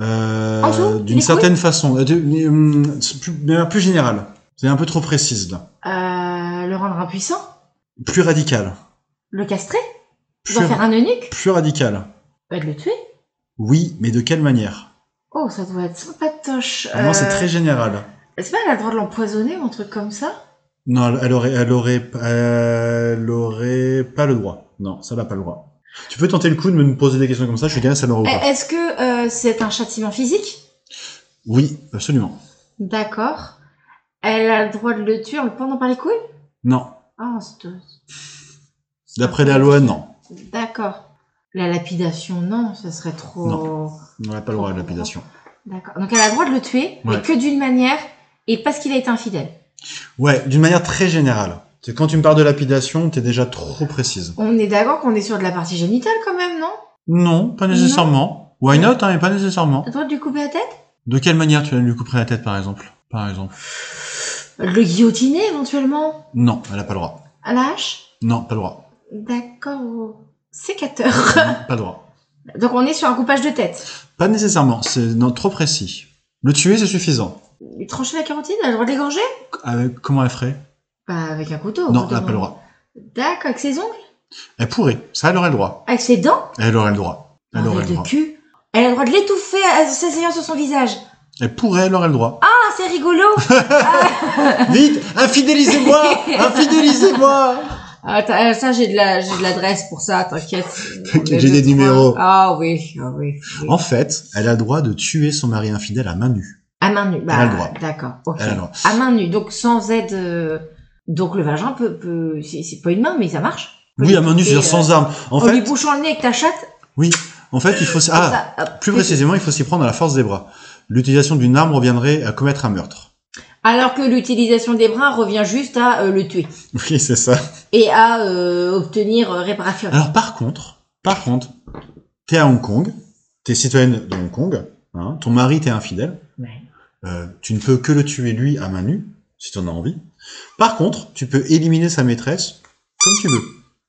Euh,
En dessous,
D'une
les couilles
certaine façon. Euh, de- mais, hum, c'est plus, mais plus générale. C'est un peu trop précise là.
euh, Le rendre impuissant
Plus radicale.
Le castrer
Plus,
D'en faire un eunuque
plus radicale.
Bah, de le tuer
Oui, mais de quelle manière
Oh, ça doit être sympatoche.
Pour moi, Ah c'est
Euh,
très général.
Est-ce qu'elle a le droit de l'empoisonner ou un truc comme ça
Non, elle- elle aurait, elle aurait, elle aurait pas le droit. Non, ça n'a pas le droit. Tu peux tenter le coup de me poser des questions comme ça. Je suis gagné, ça l'aura ou pas.
Eh, Est-ce que euh, c'est un châtiment physique
Oui, absolument.
D'accord. Elle a le droit de le tuer en le pendant par les couilles
Non.
Ah, c'est... c'est-
D'après la loi, non.
D'accord. La lapidation, non, ce serait trop...
On n'a pas le droit à la lapidation.
D'accord. Donc elle a le droit de le tuer, mais
Ouais.
que d'une manière et parce qu'il a été infidèle.
Ouais, d'une manière très générale. C'est quand tu me parles de lapidation, t'es déjà trop précise.
On est d'accord qu'on est sur de la partie génitale quand même, non
Non, pas nécessairement. Why not, hein, mais pas nécessairement.
T'as le droit de lui couper la tête
De quelle manière tu vas lui couper la tête, par exemple Par exemple.
Le guillotiner éventuellement
Non, elle n'a pas le droit.
À la hache
Non, pas le
(laughs)
droit.
D'accord. au Sécateur.
Non, pas le droit.
Donc on est sur un coupage de tête.
Pas nécessairement, c'est non, trop précis. Le tuer, c'est suffisant.
Lui trancher la carotide, elle a le droit de l'égorger
Avec, comment elle ferait
Bah avec un couteau.
Non, elle
évidemment.
n'a pas le droit.
D'accord, avec ses ongles
Elle pourrait, ça, elle aurait le droit.
Avec ses dents
Elle aurait le droit. Elle aurait
Bordel
le
de
droit.
cul. Elle a le droit de l'étouffer en s'asseyant sur son visage.
Elle pourrait, elle aurait le droit.
Ah,
(laughs)
c'est rigolo
Vite, infidélisez-moi
(laughs)
Infidélisez-moi
Attends, euh, ça j'ai de la j'ai de l'adresse pour ça, t'inquiète.
T'inquiète,
On est
j'ai des
deux, trois.
numéros.
Ah oui, ah oui. oui.
En fait, elle a le droit de tuer son mari infidèle à main nue.
À main nue. Bah,
a le droit.
D'accord. ok.
Elle a le droit.
À main nue, donc sans aide. euh, Donc le vagin peut peut c'est c'est pas une main mais ça marche. Peut
Oui,
lui
à main nue,
couper,
c'est-à-dire sans arme. En
En, lui
fait,
bouchant le nez avec ta chatte.
en fait, il faut. s- Ah,
comme ça, hop.
plus précisément, il faut s'y prendre à la force des bras. L'utilisation d'une arme reviendrait à commettre un meurtre. (laughs)
Alors que l'utilisation des bras revient juste à euh, le tuer
Oui, c'est ça.
et à euh, obtenir euh, réparation.
Alors, par contre, par contre, t'es à Hong Kong, t'es citoyenne de Hong Kong, hein, ton mari t'es infidèle,
Ouais.
euh, tu ne peux que le tuer lui à main nue, si t'en as envie. Par contre, tu peux éliminer sa maîtresse comme tu veux.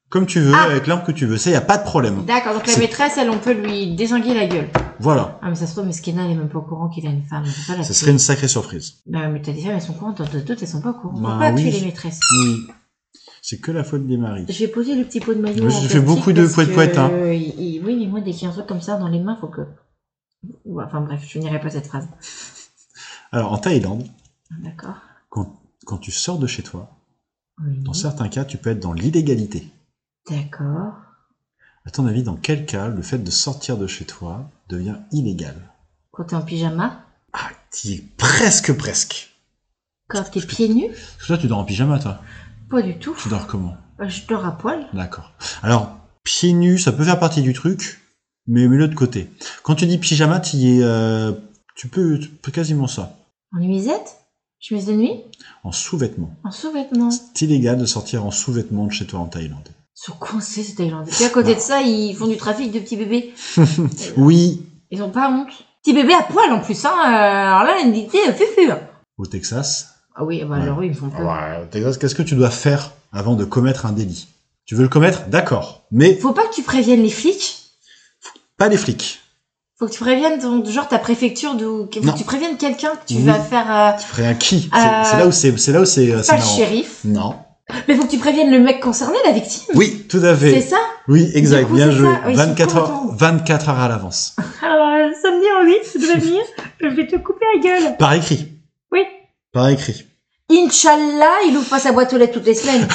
Comme tu veux,
Ah.
avec l'arme que tu veux. Ça, y a pas de problème.
D'accord, donc la
C'est-
maîtresse, elle, on peut lui désanguer la gueule.
Voilà.
Ah, mais ça se trouve, Meskina, elle est même pas au courant qu'il a une femme. on peut pas la
Ça
tuer.
serait une sacrée surprise.
Non, mais t'as des femmes, elles sont courantes, d'autres, d'autres, elles sont pas au courant. On
Bah
peut pas
oui.
tuer les maîtresses.
Oui. C'est que la faute des maris.
Je vais poser le petit pot de
Oui,
maillot. en
j'ai fait
plastique
beaucoup de
parce que,
pouet-pouet, hein.
euh, il- il- Oui, mais moi, dès qu'il y a un truc comme ça dans les mains, faut que. Ouais, Enfin bref, je finirai pas cette phrase. Ah,
Alors, en Thaïlande,
D'accord.
quand tu sors de chez toi,
Oui.
dans certains cas, tu peux être dans l'illégalité.
D'accord.
À ton avis, dans quel cas le fait de sortir de chez toi devient illégal
Quand t'es en pyjama,
Ah, t'y es presque, presque.
quand t'es pieds nus,
Parce que toi, tu dors en pyjama, toi.
pas du tout.
Tu dors comment
Euh, Je dors à poil.
D'accord. Alors, pieds nus, ça peut faire partie du truc, mais mets-le de côté. Quand tu dis pyjama, t'y es... euh, tu, peux, tu peux quasiment ça.
En nuisette, chemise de nuit,
En sous-vêtements.
en sous-vêtements.
C'est illégal de sortir en sous-vêtements de chez toi en Thaïlande.
Ils sont coincés, ces Thaïlandais. Puis à côté de ça, ils font du trafic de petits bébés.
Oui,
Ils ont pas honte. Petit bébé à poil en plus, hein. euh, alors là, une dignité euh, fufure.
au Texas,
Ah oui, bah,
Ouais.
alors oui, ils me font peur.
Ouais, Texas, qu'est-ce que tu dois faire avant de commettre un délit Tu veux le commettre D'accord. Mais
Faut pas que tu préviennes les flics.
pas les flics.
Faut que tu préviennes ton, genre ta préfecture de, faut
Non.
que tu préviennes quelqu'un que tu
Oui.
vas faire, euh,
Tu ferais un qui C'est-
Euh,
C'est là où c'est c'est là où c'est euh, c'est
pas le
marrant.
shérif.
Non.
Mais faut que tu préviennes le mec concerné, la victime.
Oui, tout à fait.
C'est ça
Oui, exact.
Du coup,
Bien
c'est
joué.
ça. Oui, ils sont
24
contents.
heures, 24 heures à l'avance.
Alors, euh, samedi en 8, je vais venir, je vais te couper la gueule.
Par écrit.
Oui.
Par
(laughs)
écrit.
Inch'Allah, il ouvre pas sa boîte aux lettres toutes les semaines.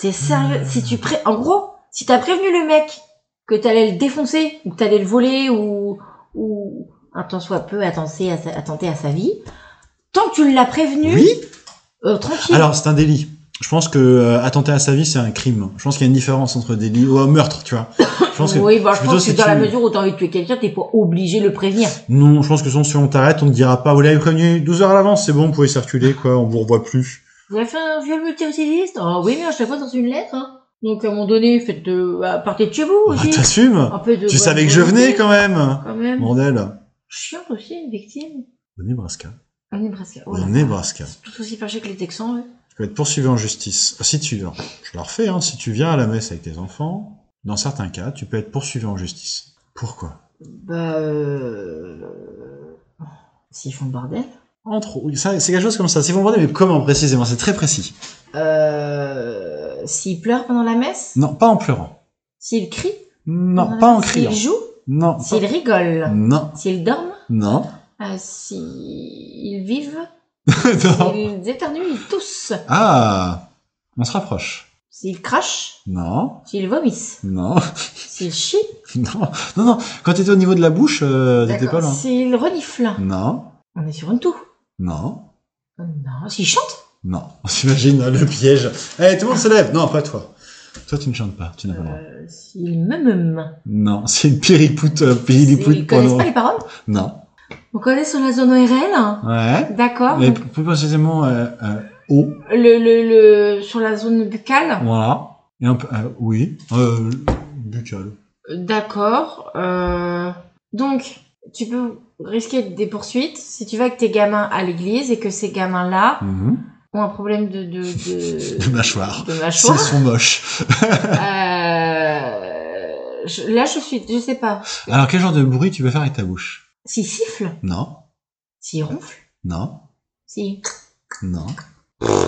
T'es sérieux Si tu pré... En gros, si t'as prévenu le mec que t'allais le défoncer, ou que t'allais le voler, ou... ou un tant soit peu attenter à sa, attenter à sa vie, tant que tu l'as prévenu,
Oui.
euh, tranquille.
Alors, c'est un délit. Je pense que euh, attenter à sa vie, c'est un crime. Je pense qu'il y a une différence entre délit ou un meurtre, tu vois. Je pense que
oui, bah, je
plutôt
pense que
si
dans
tu-
la mesure où t'as envie de tuer quelqu'un, t'es pas obligé de le prévenir.
non, je pense que sinon, si on t'arrête, on ne dira pas. Vous l'avez prévenu 12 heures à l'avance, c'est bon, vous pouvez circuler, quoi. On vous revoit plus.
Vous avez fait un viol multirécidiviste Ah Oui, mais à chaque fois dans une lettre. hein. Donc, à un moment donné, faites de... bah, partez de chez vous
Bah,
aussi.
t'assumes
Un peu de
Tu
bonne
savais que je venais
volonté,
quand même
quand même.
Bordel
Chiante aussi, une victime.
Au Nebraska,
Au Nebraska. Oh
au
là là.
Nebraska.
C'est tout aussi fâché que les Texans, eux.
Tu vas être poursuivi en justice. Ah, Si tu, alors, je leur fais, hein, si tu viens à la messe avec tes enfants, dans certains cas, tu peux être poursuivi en justice. Pourquoi
Bah, euh... S'ils font le bordel.
Entre, oui, ça, c'est quelque chose comme ça. C'est vous comprenez, mais comment précisément C'est très précis.
Euh... S'ils pleurent pendant la messe
Non, pas en pleurant.
S'ils crient
Non,
Euh,
pas en criant.
S'ils jouent
Non. pas-
S'ils rigolent
Non.
S'ils dorment
Non. (laughs)
euh, S'ils vivent
non.
S'ils éternuent Ils toussent
Ah, on se rapproche.
S'ils crachent
Non.
S'ils vomissent
Non. (laughs)
S'ils chient
Non. Non, non. Quand t'étais au niveau de la bouche, euh, t'étais pas
D'accord.
là.
S'ils reniflent
Non.
On est sur une toux.
Non.
Euh, Non, s'ils chantent
Non. (laughs) On s'imagine hein, le piège. Allez, tout le monde se lève. Non, pas toi. Toi, tu ne chantes pas. Tu n'as pas le droit.
euh, S'ils me me
Non, (laughs) c'est une piripoute, euh, piripoute
S'ils
pour
connaissent
nous.
pas les paroles
Non.
On connaît sur la zone ORL hein
Ouais.
D'accord.
Mais
donc
plus précisément, euh, euh, O.
Le, le, le, sur la zone buccale
Voilà. Et un peu, euh, oui. Euh, buccal.
D'accord. euh, Donc, tu peux risquer des poursuites si tu vas avec tes gamins à l'église et que ces gamins-là
Mhm.
ont un problème de, de,
(laughs)
de...
De Euh, mâchoire.
de
S'ils
mâchoire.
sont moches.
Euh, je- Là, je suis, je sais pas.
Alors, quel genre de bruit tu peux faire avec ta bouche
S'ils sifflent,
Non.
s'ils ronflent,
Non.
s'ils...
Non.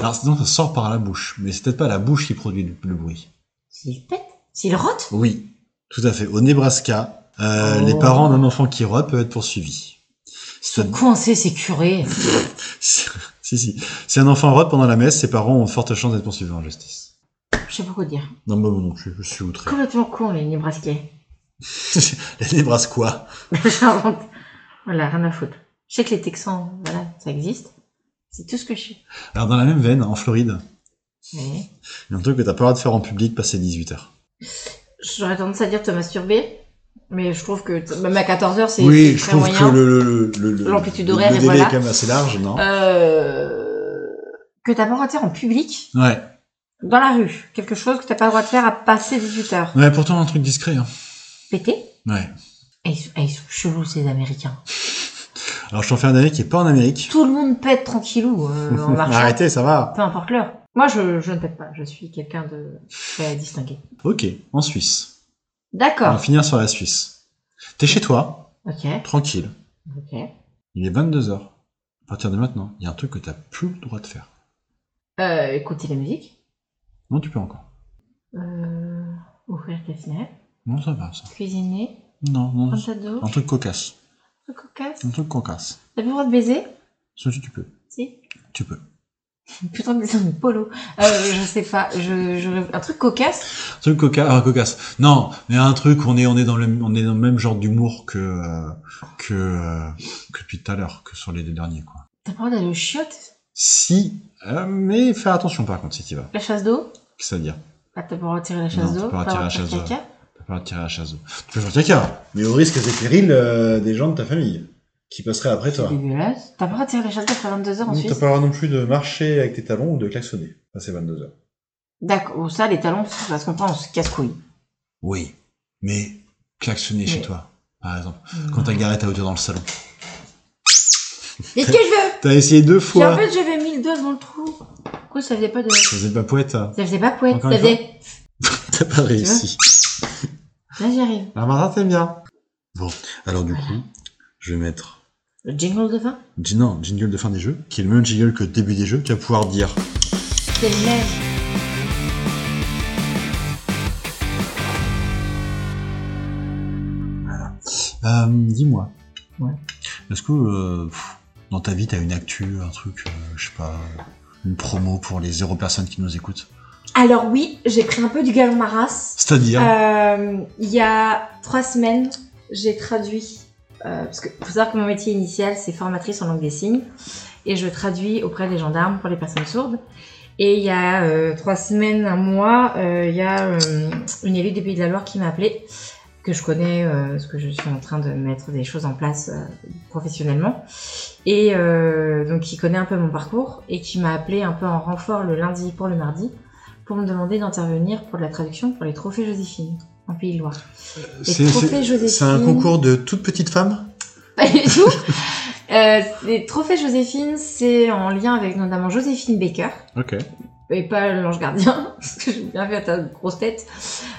Alors, sinon, ça sort par la bouche. Mais c'est peut-être pas la bouche qui produit le, le bruit.
s'ils pètent, s'ils rotent.
Oui. Tout à fait. Au Nebraska, euh,
Oh.
les parents d'un enfant qui rote peuvent être poursuivis. C'est
Sont coincés, ces curés.
(laughs) si, si. Si un enfant rote pendant la messe, ses parents ont de fortes chances d'être poursuivis en justice.
Je sais pas quoi dire.
Non, bah, moi non plus, je suis outré.
Complètement con, les Nebraskais.
(laughs) les Nebraskois.
(laughs) J'invente. Voilà, rien à foutre. Je sais que les Texans, voilà, ça existe. C'est tout ce que je sais.
Alors, dans la même veine, en Floride,
Mais-
il y a un truc que t'as pas le droit de faire en public passer 18h.
J'aurais tendance à dire te masturber, mais je trouve que t- même à 14h, c'est c'est
Oui, je
très
trouve
moyen.
que le, le, le, le,
L'amplitude
le-
horaire
le
est
délai
voilà.
est quand même assez large, non
Euh, Que t'as pas le droit de faire en public,
Ouais.
dans la rue. Quelque chose que t'as pas le droit de faire à passer 18h.
Ouais, pourtant, un truc discret. Hein.
Péter
Ouais.
et ils, sont, eh, ils sont chelous, ces Américains.
Alors, je t'en fais un dernier qui est pas en Amérique.
Tout le monde pète tranquillou euh,
(laughs)
en marchant,
Arrêtez, ça va.
peu importe l'heure. Moi, je, je ne pète pas. Je suis quelqu'un de très distingué.
Ok, en Suisse. On va
D'accord.
finir sur la Suisse. T'es chez toi,
Ok.
tranquille.
Ok.
Il est 22h. À partir de maintenant, il y a un truc que t'as plus le droit de faire.
Euh, écouter la musique.
Non, tu peux encore.
Euh, ouvrir tes fenêtres.
Non, ça va, ça.
Cuisiner.
Non, non.
Prendre ta douche.
Un truc cocasse.
Cocasse.
Un truc cocasse.
T'as plus le droit de baiser
Sauf si tu peux.
Si.
Tu peux.
Putain de dessin de polo. Euh, je sais pas. Je, je- Un truc cocasse.
Un truc coca- euh, cocasse. Non, mais un truc, on est, on est, dans, le, on est dans le même genre d'humour que, euh, que, euh, que depuis tout à l'heure, que sur les deux derniers, quoi.
T'as pas le droit d'aller aux chiottes
Si, euh, mais faire attention par contre si tu vas.
La chasse d'eau
Qu'est-ce que ça veut dire
Ah, t'as pas le droit de tirer la
Non,
chasse
t'as
d'eau
pas le droit de
le
tirer la
droit de faire caca.
Tu peux pas tirer à la chasse d'eau. Tu peux faire caca, mais au risque des périls euh, des gens de ta famille qui passeraient après
C'est
toi.
dégueulasse. T'as pas le droit de tirer la chasse d'eau après 22h en
Non, T'as
Suisse
pas le droit non plus de marcher avec tes talons ou de klaxonner. Ça c'est 22 heures.
D'accord. Oh, Ça, les talons, ça se comprend, on se casse-couille.
Oui, mais klaxonner
chez
chez
Mais-
toi, par exemple, quand
Mmh.
t'as garé ta hauteur dans le salon.
Et que je veux
T'as essayé deux
Puis en
fois.
fait, j'avais mis le doigt dans le trou. Du coup, ça faisait pas de.
Ça faisait pas poète. hein.
Ça faisait pas poète.
Encore
Ça
une fois
faisait.
(laughs) T'as pas réussi.
Là, j'y arrive.
Ah Martin t'aimes bien. Bon, alors du
Voilà.
coup, je vais mettre
Le jingle de fin
Jin- Non, jingle de fin des jeux, qui est le même jingle que le début des jeux, tu vas pouvoir dire.
C'est le même.
Euh, Dis-moi.
Ouais.
Est-ce que euh, pff, dans ta vie, t'as une actu, un truc, euh, je sais pas, une promo pour les zéro personnes qui nous écoutent
Alors oui, j'ai pris un peu du galon maras.
C'est-à-dire
Euh, Il y a trois semaines, j'ai traduit. euh, parce que faut savoir que mon métier initial, c'est formatrice en langue des signes.
et je traduis auprès des gendarmes pour les personnes sourdes. Et il y a euh, trois semaines, un mois, euh, il y a euh, une élue des Pays de la Loire qui m'a appelée, que je connais, euh, parce que je suis en train de mettre des choses en place euh, professionnellement, et euh, donc qui connaît un peu mon parcours, et qui m'a appelée un peu en renfort le lundi pour le mardi, pour me demander d'intervenir pour de la traduction pour les trophées Joséphine en Pays de Loire.
C'est
trophées
c'est- c'est un
Joséphine.
concours de toutes petites femmes
Pas du tout. Euh, les trophées Joséphine, c'est en lien avec notamment Joséphine Baker,
Ok.
et pas l'ange gardien, (laughs) parce que j'ai bien vu à ta grosse tête.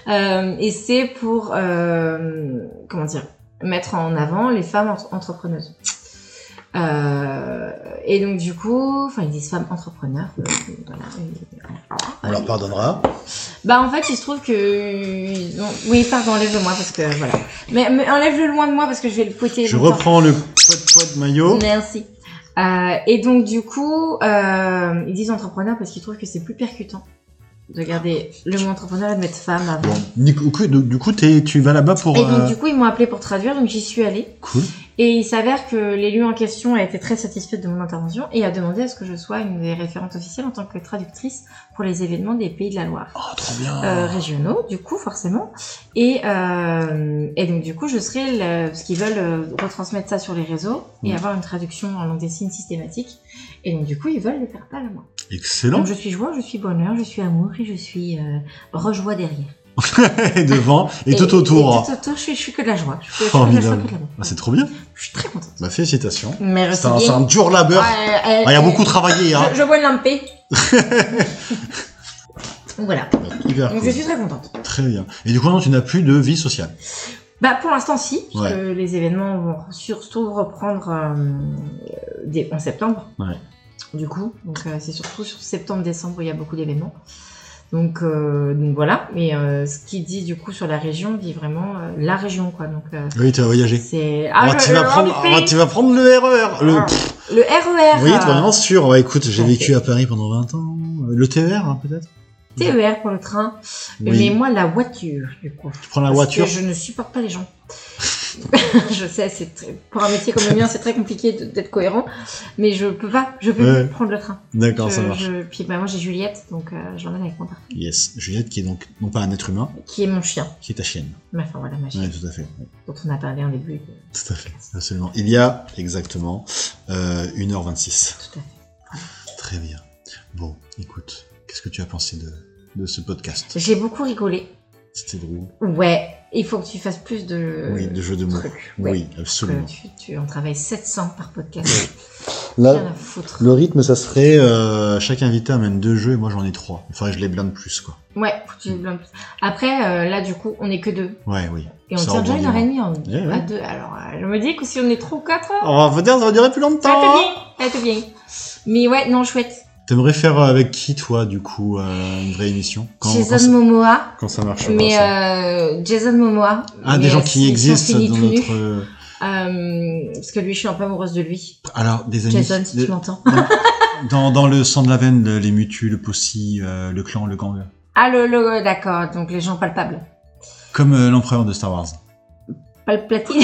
Euh, et c'est pour, euh, comment dire, mettre en avant les femmes entre- entrepreneuses. Euh, et donc du coup, enfin ils disent femmes entrepreneurs, euh, voilà, et voilà.
On leur pardonnera.
Bah en fait, il se trouve que ils ont- oui, pardon, enlève-le moi parce que voilà. Mais, mais enlève-le loin de moi parce que je vais le fouetter.
Je
longtemps.
reprends le poids de maillot.
Merci. Euh, et donc du coup, euh, ils disent entrepreneur parce qu'ils trouvent que c'est plus percutant de garder le mot entrepreneur et de mettre femme
Bon,
avant.
du coup, du- du coup, t'es- tu vas là-bas pour.
Et donc
euh,
du coup, ils m'ont appelé pour traduire, donc j'y suis allée.
Cool.
Et il s'avère que l'élu en question a été très satisfaite de mon intervention et a demandé à ce que je sois une des référentes officielles en tant que traductrice pour les événements des Pays de la Loire.
Oh, trop bien.
euh, régionaux, du coup, forcément. Et, euh, et donc, du coup, je serai, le, parce qu'ils veulent euh, retransmettre ça sur les réseaux et
Mm.
avoir une traduction en langue des signes systématique. Et donc, du coup, ils veulent le faire pas la main.
Excellent.
Donc, je suis joie, je suis bonheur, je suis amour et je suis euh, rejoie derrière.
(laughs) et devant et, tout autour. hein.
tout autour, je suis, je suis que de la joie. Je suis, je suis que de la joie,
Formidable.
que de la joie.
Ah, c'est trop bien.
Je suis très contente.
Bah, félicitations. C'est
Merci
un, c'est
Ah, bien.
un dur labeur.
Ouais,
Ah,
euh,
il y a
euh,
beaucoup travaillé.
(laughs)
Hein.
Je, je bois
(laughs)
de lampé. voilà.
Hyper
Donc,
cool.
je suis très contente.
Très bien. Et du coup, non, tu n'as plus de vie sociale.
Bah pour l'instant si, puisque
Ouais.
les événements vont surtout reprendre euh, dès- en septembre.
Ouais.
Du coup, donc euh, c'est surtout sur septembre-décembre où il y a beaucoup d'événements. Donc, euh, donc voilà, mais euh, ce qui dit du coup sur la région dit vraiment euh, la région quoi. Donc euh,
Oui, tu vas voyager.
c'est
Alors, Oh,
Ah, je-
tu, vas
le
prendre,
handicapé,
alors, tu vas prendre le RER. Le...
Ah, le RER,
oui, tu
euh,
vas bien sûr. Ouais, écoute, j'ai
Ok.
vécu à Paris pendant 20 ans. Euh, Le TER, hein, peut-être
TER E pour le train, mais
Oui.
moi la voiture du coup.
Tu prends la
Parce
voiture.
que je ne supporte pas les gens. (laughs) je sais, c'est très- pour un métier comme le mien, c'est très compliqué de- d'être cohérent, mais je peux pas, je peux
Ouais.
plus prendre le train.
D'accord,
Je-
ça marche.
je- puis bah, moi j'ai Juliette, donc euh, je l'emmène avec moi partout,
Yes. Juliette, qui est donc non pas un être humain,
qui est mon chien.
qui est ta chienne.
Mais Enfin voilà, ma chienne,
Oui, tout à fait. Ouais,
dont on a parlé en début. euh, de-
Tout à fait. Absolument. Il y a exactement euh, 1h26.
Tout à fait.
Très bien. Bon, écoute, qu'est-ce que tu as pensé de, de ce podcast
J'ai beaucoup rigolé.
C'était drôle.
Ouais, il faut que tu fasses plus de
oui, de jeux de mots.
trucs. Euh, ouais.
Oui,
Parce que
absolument.
Tu, tu en travailles 700 par podcast. Rien
Là,
à foutre.
le rythme, ça serait euh, chaque invité amène deux jeux et moi j'en ai trois. Il faudrait que je les blinde plus, quoi.
Ouais, faut que tu- Après, euh, là du coup, on est que deux.
Ouais, oui.
Et on
Ça
tient déjà
rebondit
une heure et
moins.
demie en-
Eh Ouais, ouais.
à deux. Alors, euh, je me dis que si on est trop quatre, ça
On va dire, ça va durer plus
va être
longtemps. hein
bien, ça va être bien. Mais ouais, non, chouette.
T'aimerais faire euh, avec qui, toi, du coup, euh, une vraie émission quand, quand,
Jason
ça-
Momoa,
quand ça marche
mais
pas, ça.
euh, Jason Momoa.
Ah,
mais,
des gens
euh,
qui
s'ils sont
existent
finis
dans
tout nus,
notre. euh,
euh, parce que lui, je suis un peu amoureuse de lui.
Alors, des amis.
Jason, si
de-
tu m'entends.
dans, dans le sang de la veine, le- les mutus, le possi, euh, le clan, le gang.
Ah, le, le- d'accord, donc les gens palpables.
Comme euh, l'empereur de Star Wars. (laughs)
Palplatine.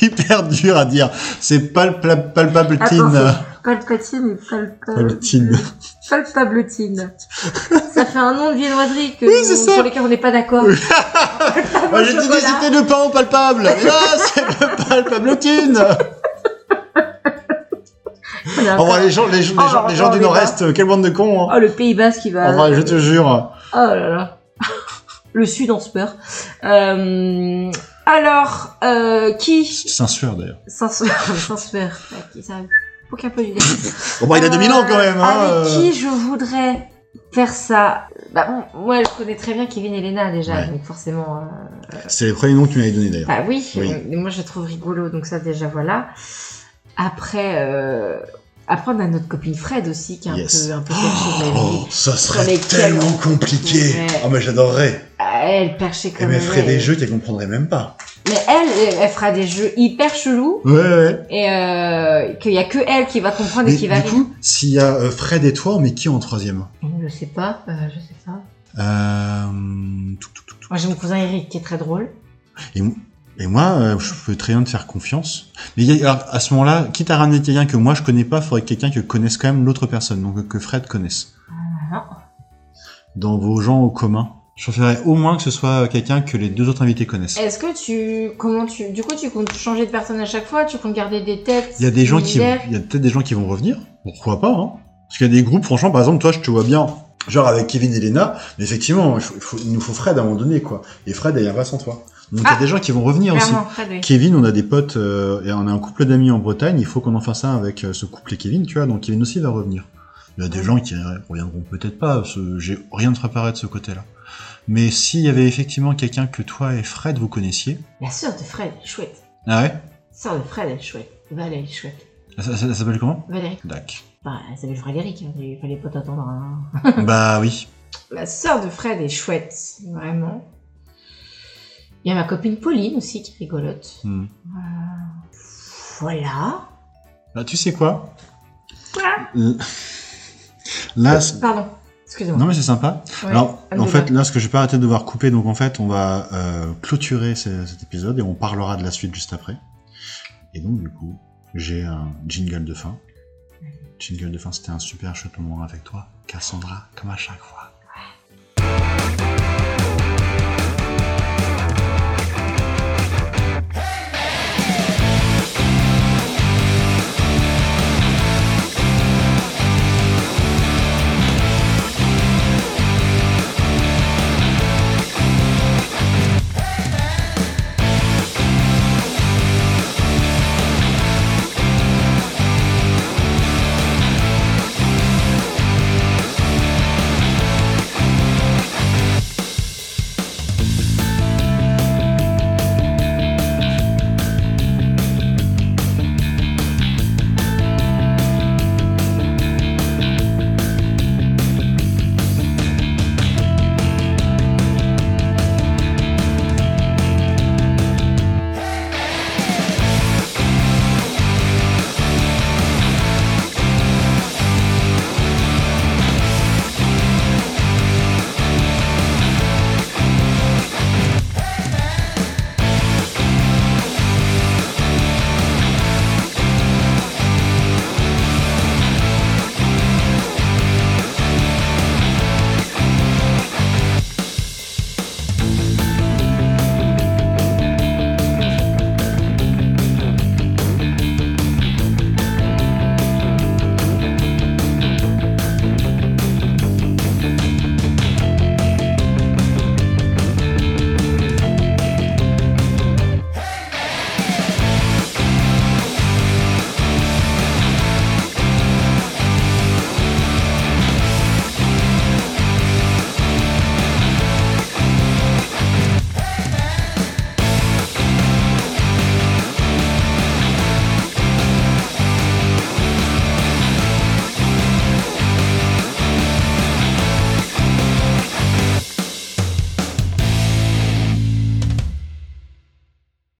Hyper dur à dire. C'est pal pal- palpabletine. (laughs)
Palpatine, palpable.
Palpatine. (laughs)
Palpabletine. ça fait un nom de viennoiserie que
Oui, c'est
on-
ça.
sur lequel on n'est pas d'accord.
(laughs) Ah, J'ai dit
chocolat.
de citer le pain au palpable. Mais non, (laughs) c'est le palpabletine.
Voilà.
Au revoir les gens, les, gens- les
Oh,
gens, les gens
oh,
du
les
Nord-Est. euh, Quelle bande de cons. Hein.
Oh, le Pays Basque qui va.
Au revoir, je te jure.
Oh là là. (laughs) Le sud en speur. Euh, alors, euh, (laughs) qui
C'est un sueur d'ailleurs.
Sans sueur, sans sueur. Ouais, qui ça Faut qu'un peu du dé.
Bon, bah, il a 2000 ans quand même. Hein.
Avec
euh.
qui je voudrais faire ça Bah bon, moi je connais très bien Kevin et Lena déjà,
Ouais.
donc forcément. euh,
C'est les premiers noms que tu m'avais donné d'ailleurs.
Bah oui,
Oui.
mais moi je le trouve rigolo, donc ça déjà voilà. Après, euh... après on a notre copine Fred aussi qui est un
Yes.
peu un peu perchée de la vie.
Oh, ça
Sur
serait
lesquels
tellement
on-
compliqué.
Ouais. Ah,
Ah, mais j'adorerais.
Eh
Elle perchée
Et
comme
ben,
mais
elle
ferait
est.
des jeux qu'elle comprendrait même pas.
Mais elle, elle, elle fera des jeux hyper chelous.
Ouais, ouais.
et euh, qu'il y a que elle qui va comprendre
Mais
et qui va
du coup, s'il y a euh, Fred et toi, mais qui en troisième
rire. Je sais pas, euh, je sais pas.
Euh, tout, tout, tout, tout.
Moi j'ai mon cousin Eric qui est très drôle.
Et, mo- et moi, euh, je peux très bien te faire confiance. Mais il y a- alors, à ce moment-là, quitte à ramener quelqu'un que moi je connais pas, il faudrait que quelqu'un que connaisse quand même l'autre personne, donc euh, que Fred connaisse.
non.
Dans vos gens au commun. Je préférerais au moins que ce soit euh, quelqu'un que les deux autres invités connaissent.
Est-ce que tu comment tu du coup tu comptes changer de personne à chaque fois, tu comptes garder des têtes
Il y a des gens qui, il y
similaires
a peut-être des gens qui vont revenir. Pourquoi pas, hein Parce qu'il y a des groupes, franchement, par exemple, toi, je te vois bien, genre avec Kevin et Lena, mais effectivement, il, faut- il faut- il nous faut Fred à un moment donné, quoi. Et Fred, elle viendra sans toi. Donc il y
Ah.
a des gens qui vont revenir aussi.
Clairement, Fred, oui.
Kevin, on a des potes, euh, et on a un couple d'amis en Bretagne, il faut qu'on en fasse un avec euh, ce couple et Kevin, tu vois, donc Kevin aussi va revenir. Il y a des gens qui euh, reviendront peut-être pas, parce que j'ai rien de préparé de ce côté-là. Mais s'il y avait effectivement quelqu'un que toi et Fred vous connaissiez.
La sœur de Fred, elle est chouette.
Ah ouais
La sœur de Fred, elle est chouette. Val, elle est chouette.
Ça, ça- ça s'appelle comment
Valérie. (laughs)
Dac.
Enfin, elle s'appelle Frédéric, hein, il fallait pas t'attendre à un-
bah oui.
La sœur de Fred est chouette, vraiment. Il y a ma copine Pauline aussi qui est rigolote.
Hmm.
Euh, Voilà.
Bah tu sais quoi L- Là, c-
Pardon, excusez-moi.
non mais c'est sympa.
Ouais, Ah,
Alors,
Anne
en
de
fait,
Bas.
là, ce que j'ai pas arrêté de devoir couper, donc en fait, on va euh, clôturer ce- cet épisode et on parlera de la suite juste après. Et donc, du coup, j'ai un jingle de fin. Jingle de fin, c'était un super chouette moment avec toi, Cassandra, comme à chaque fois.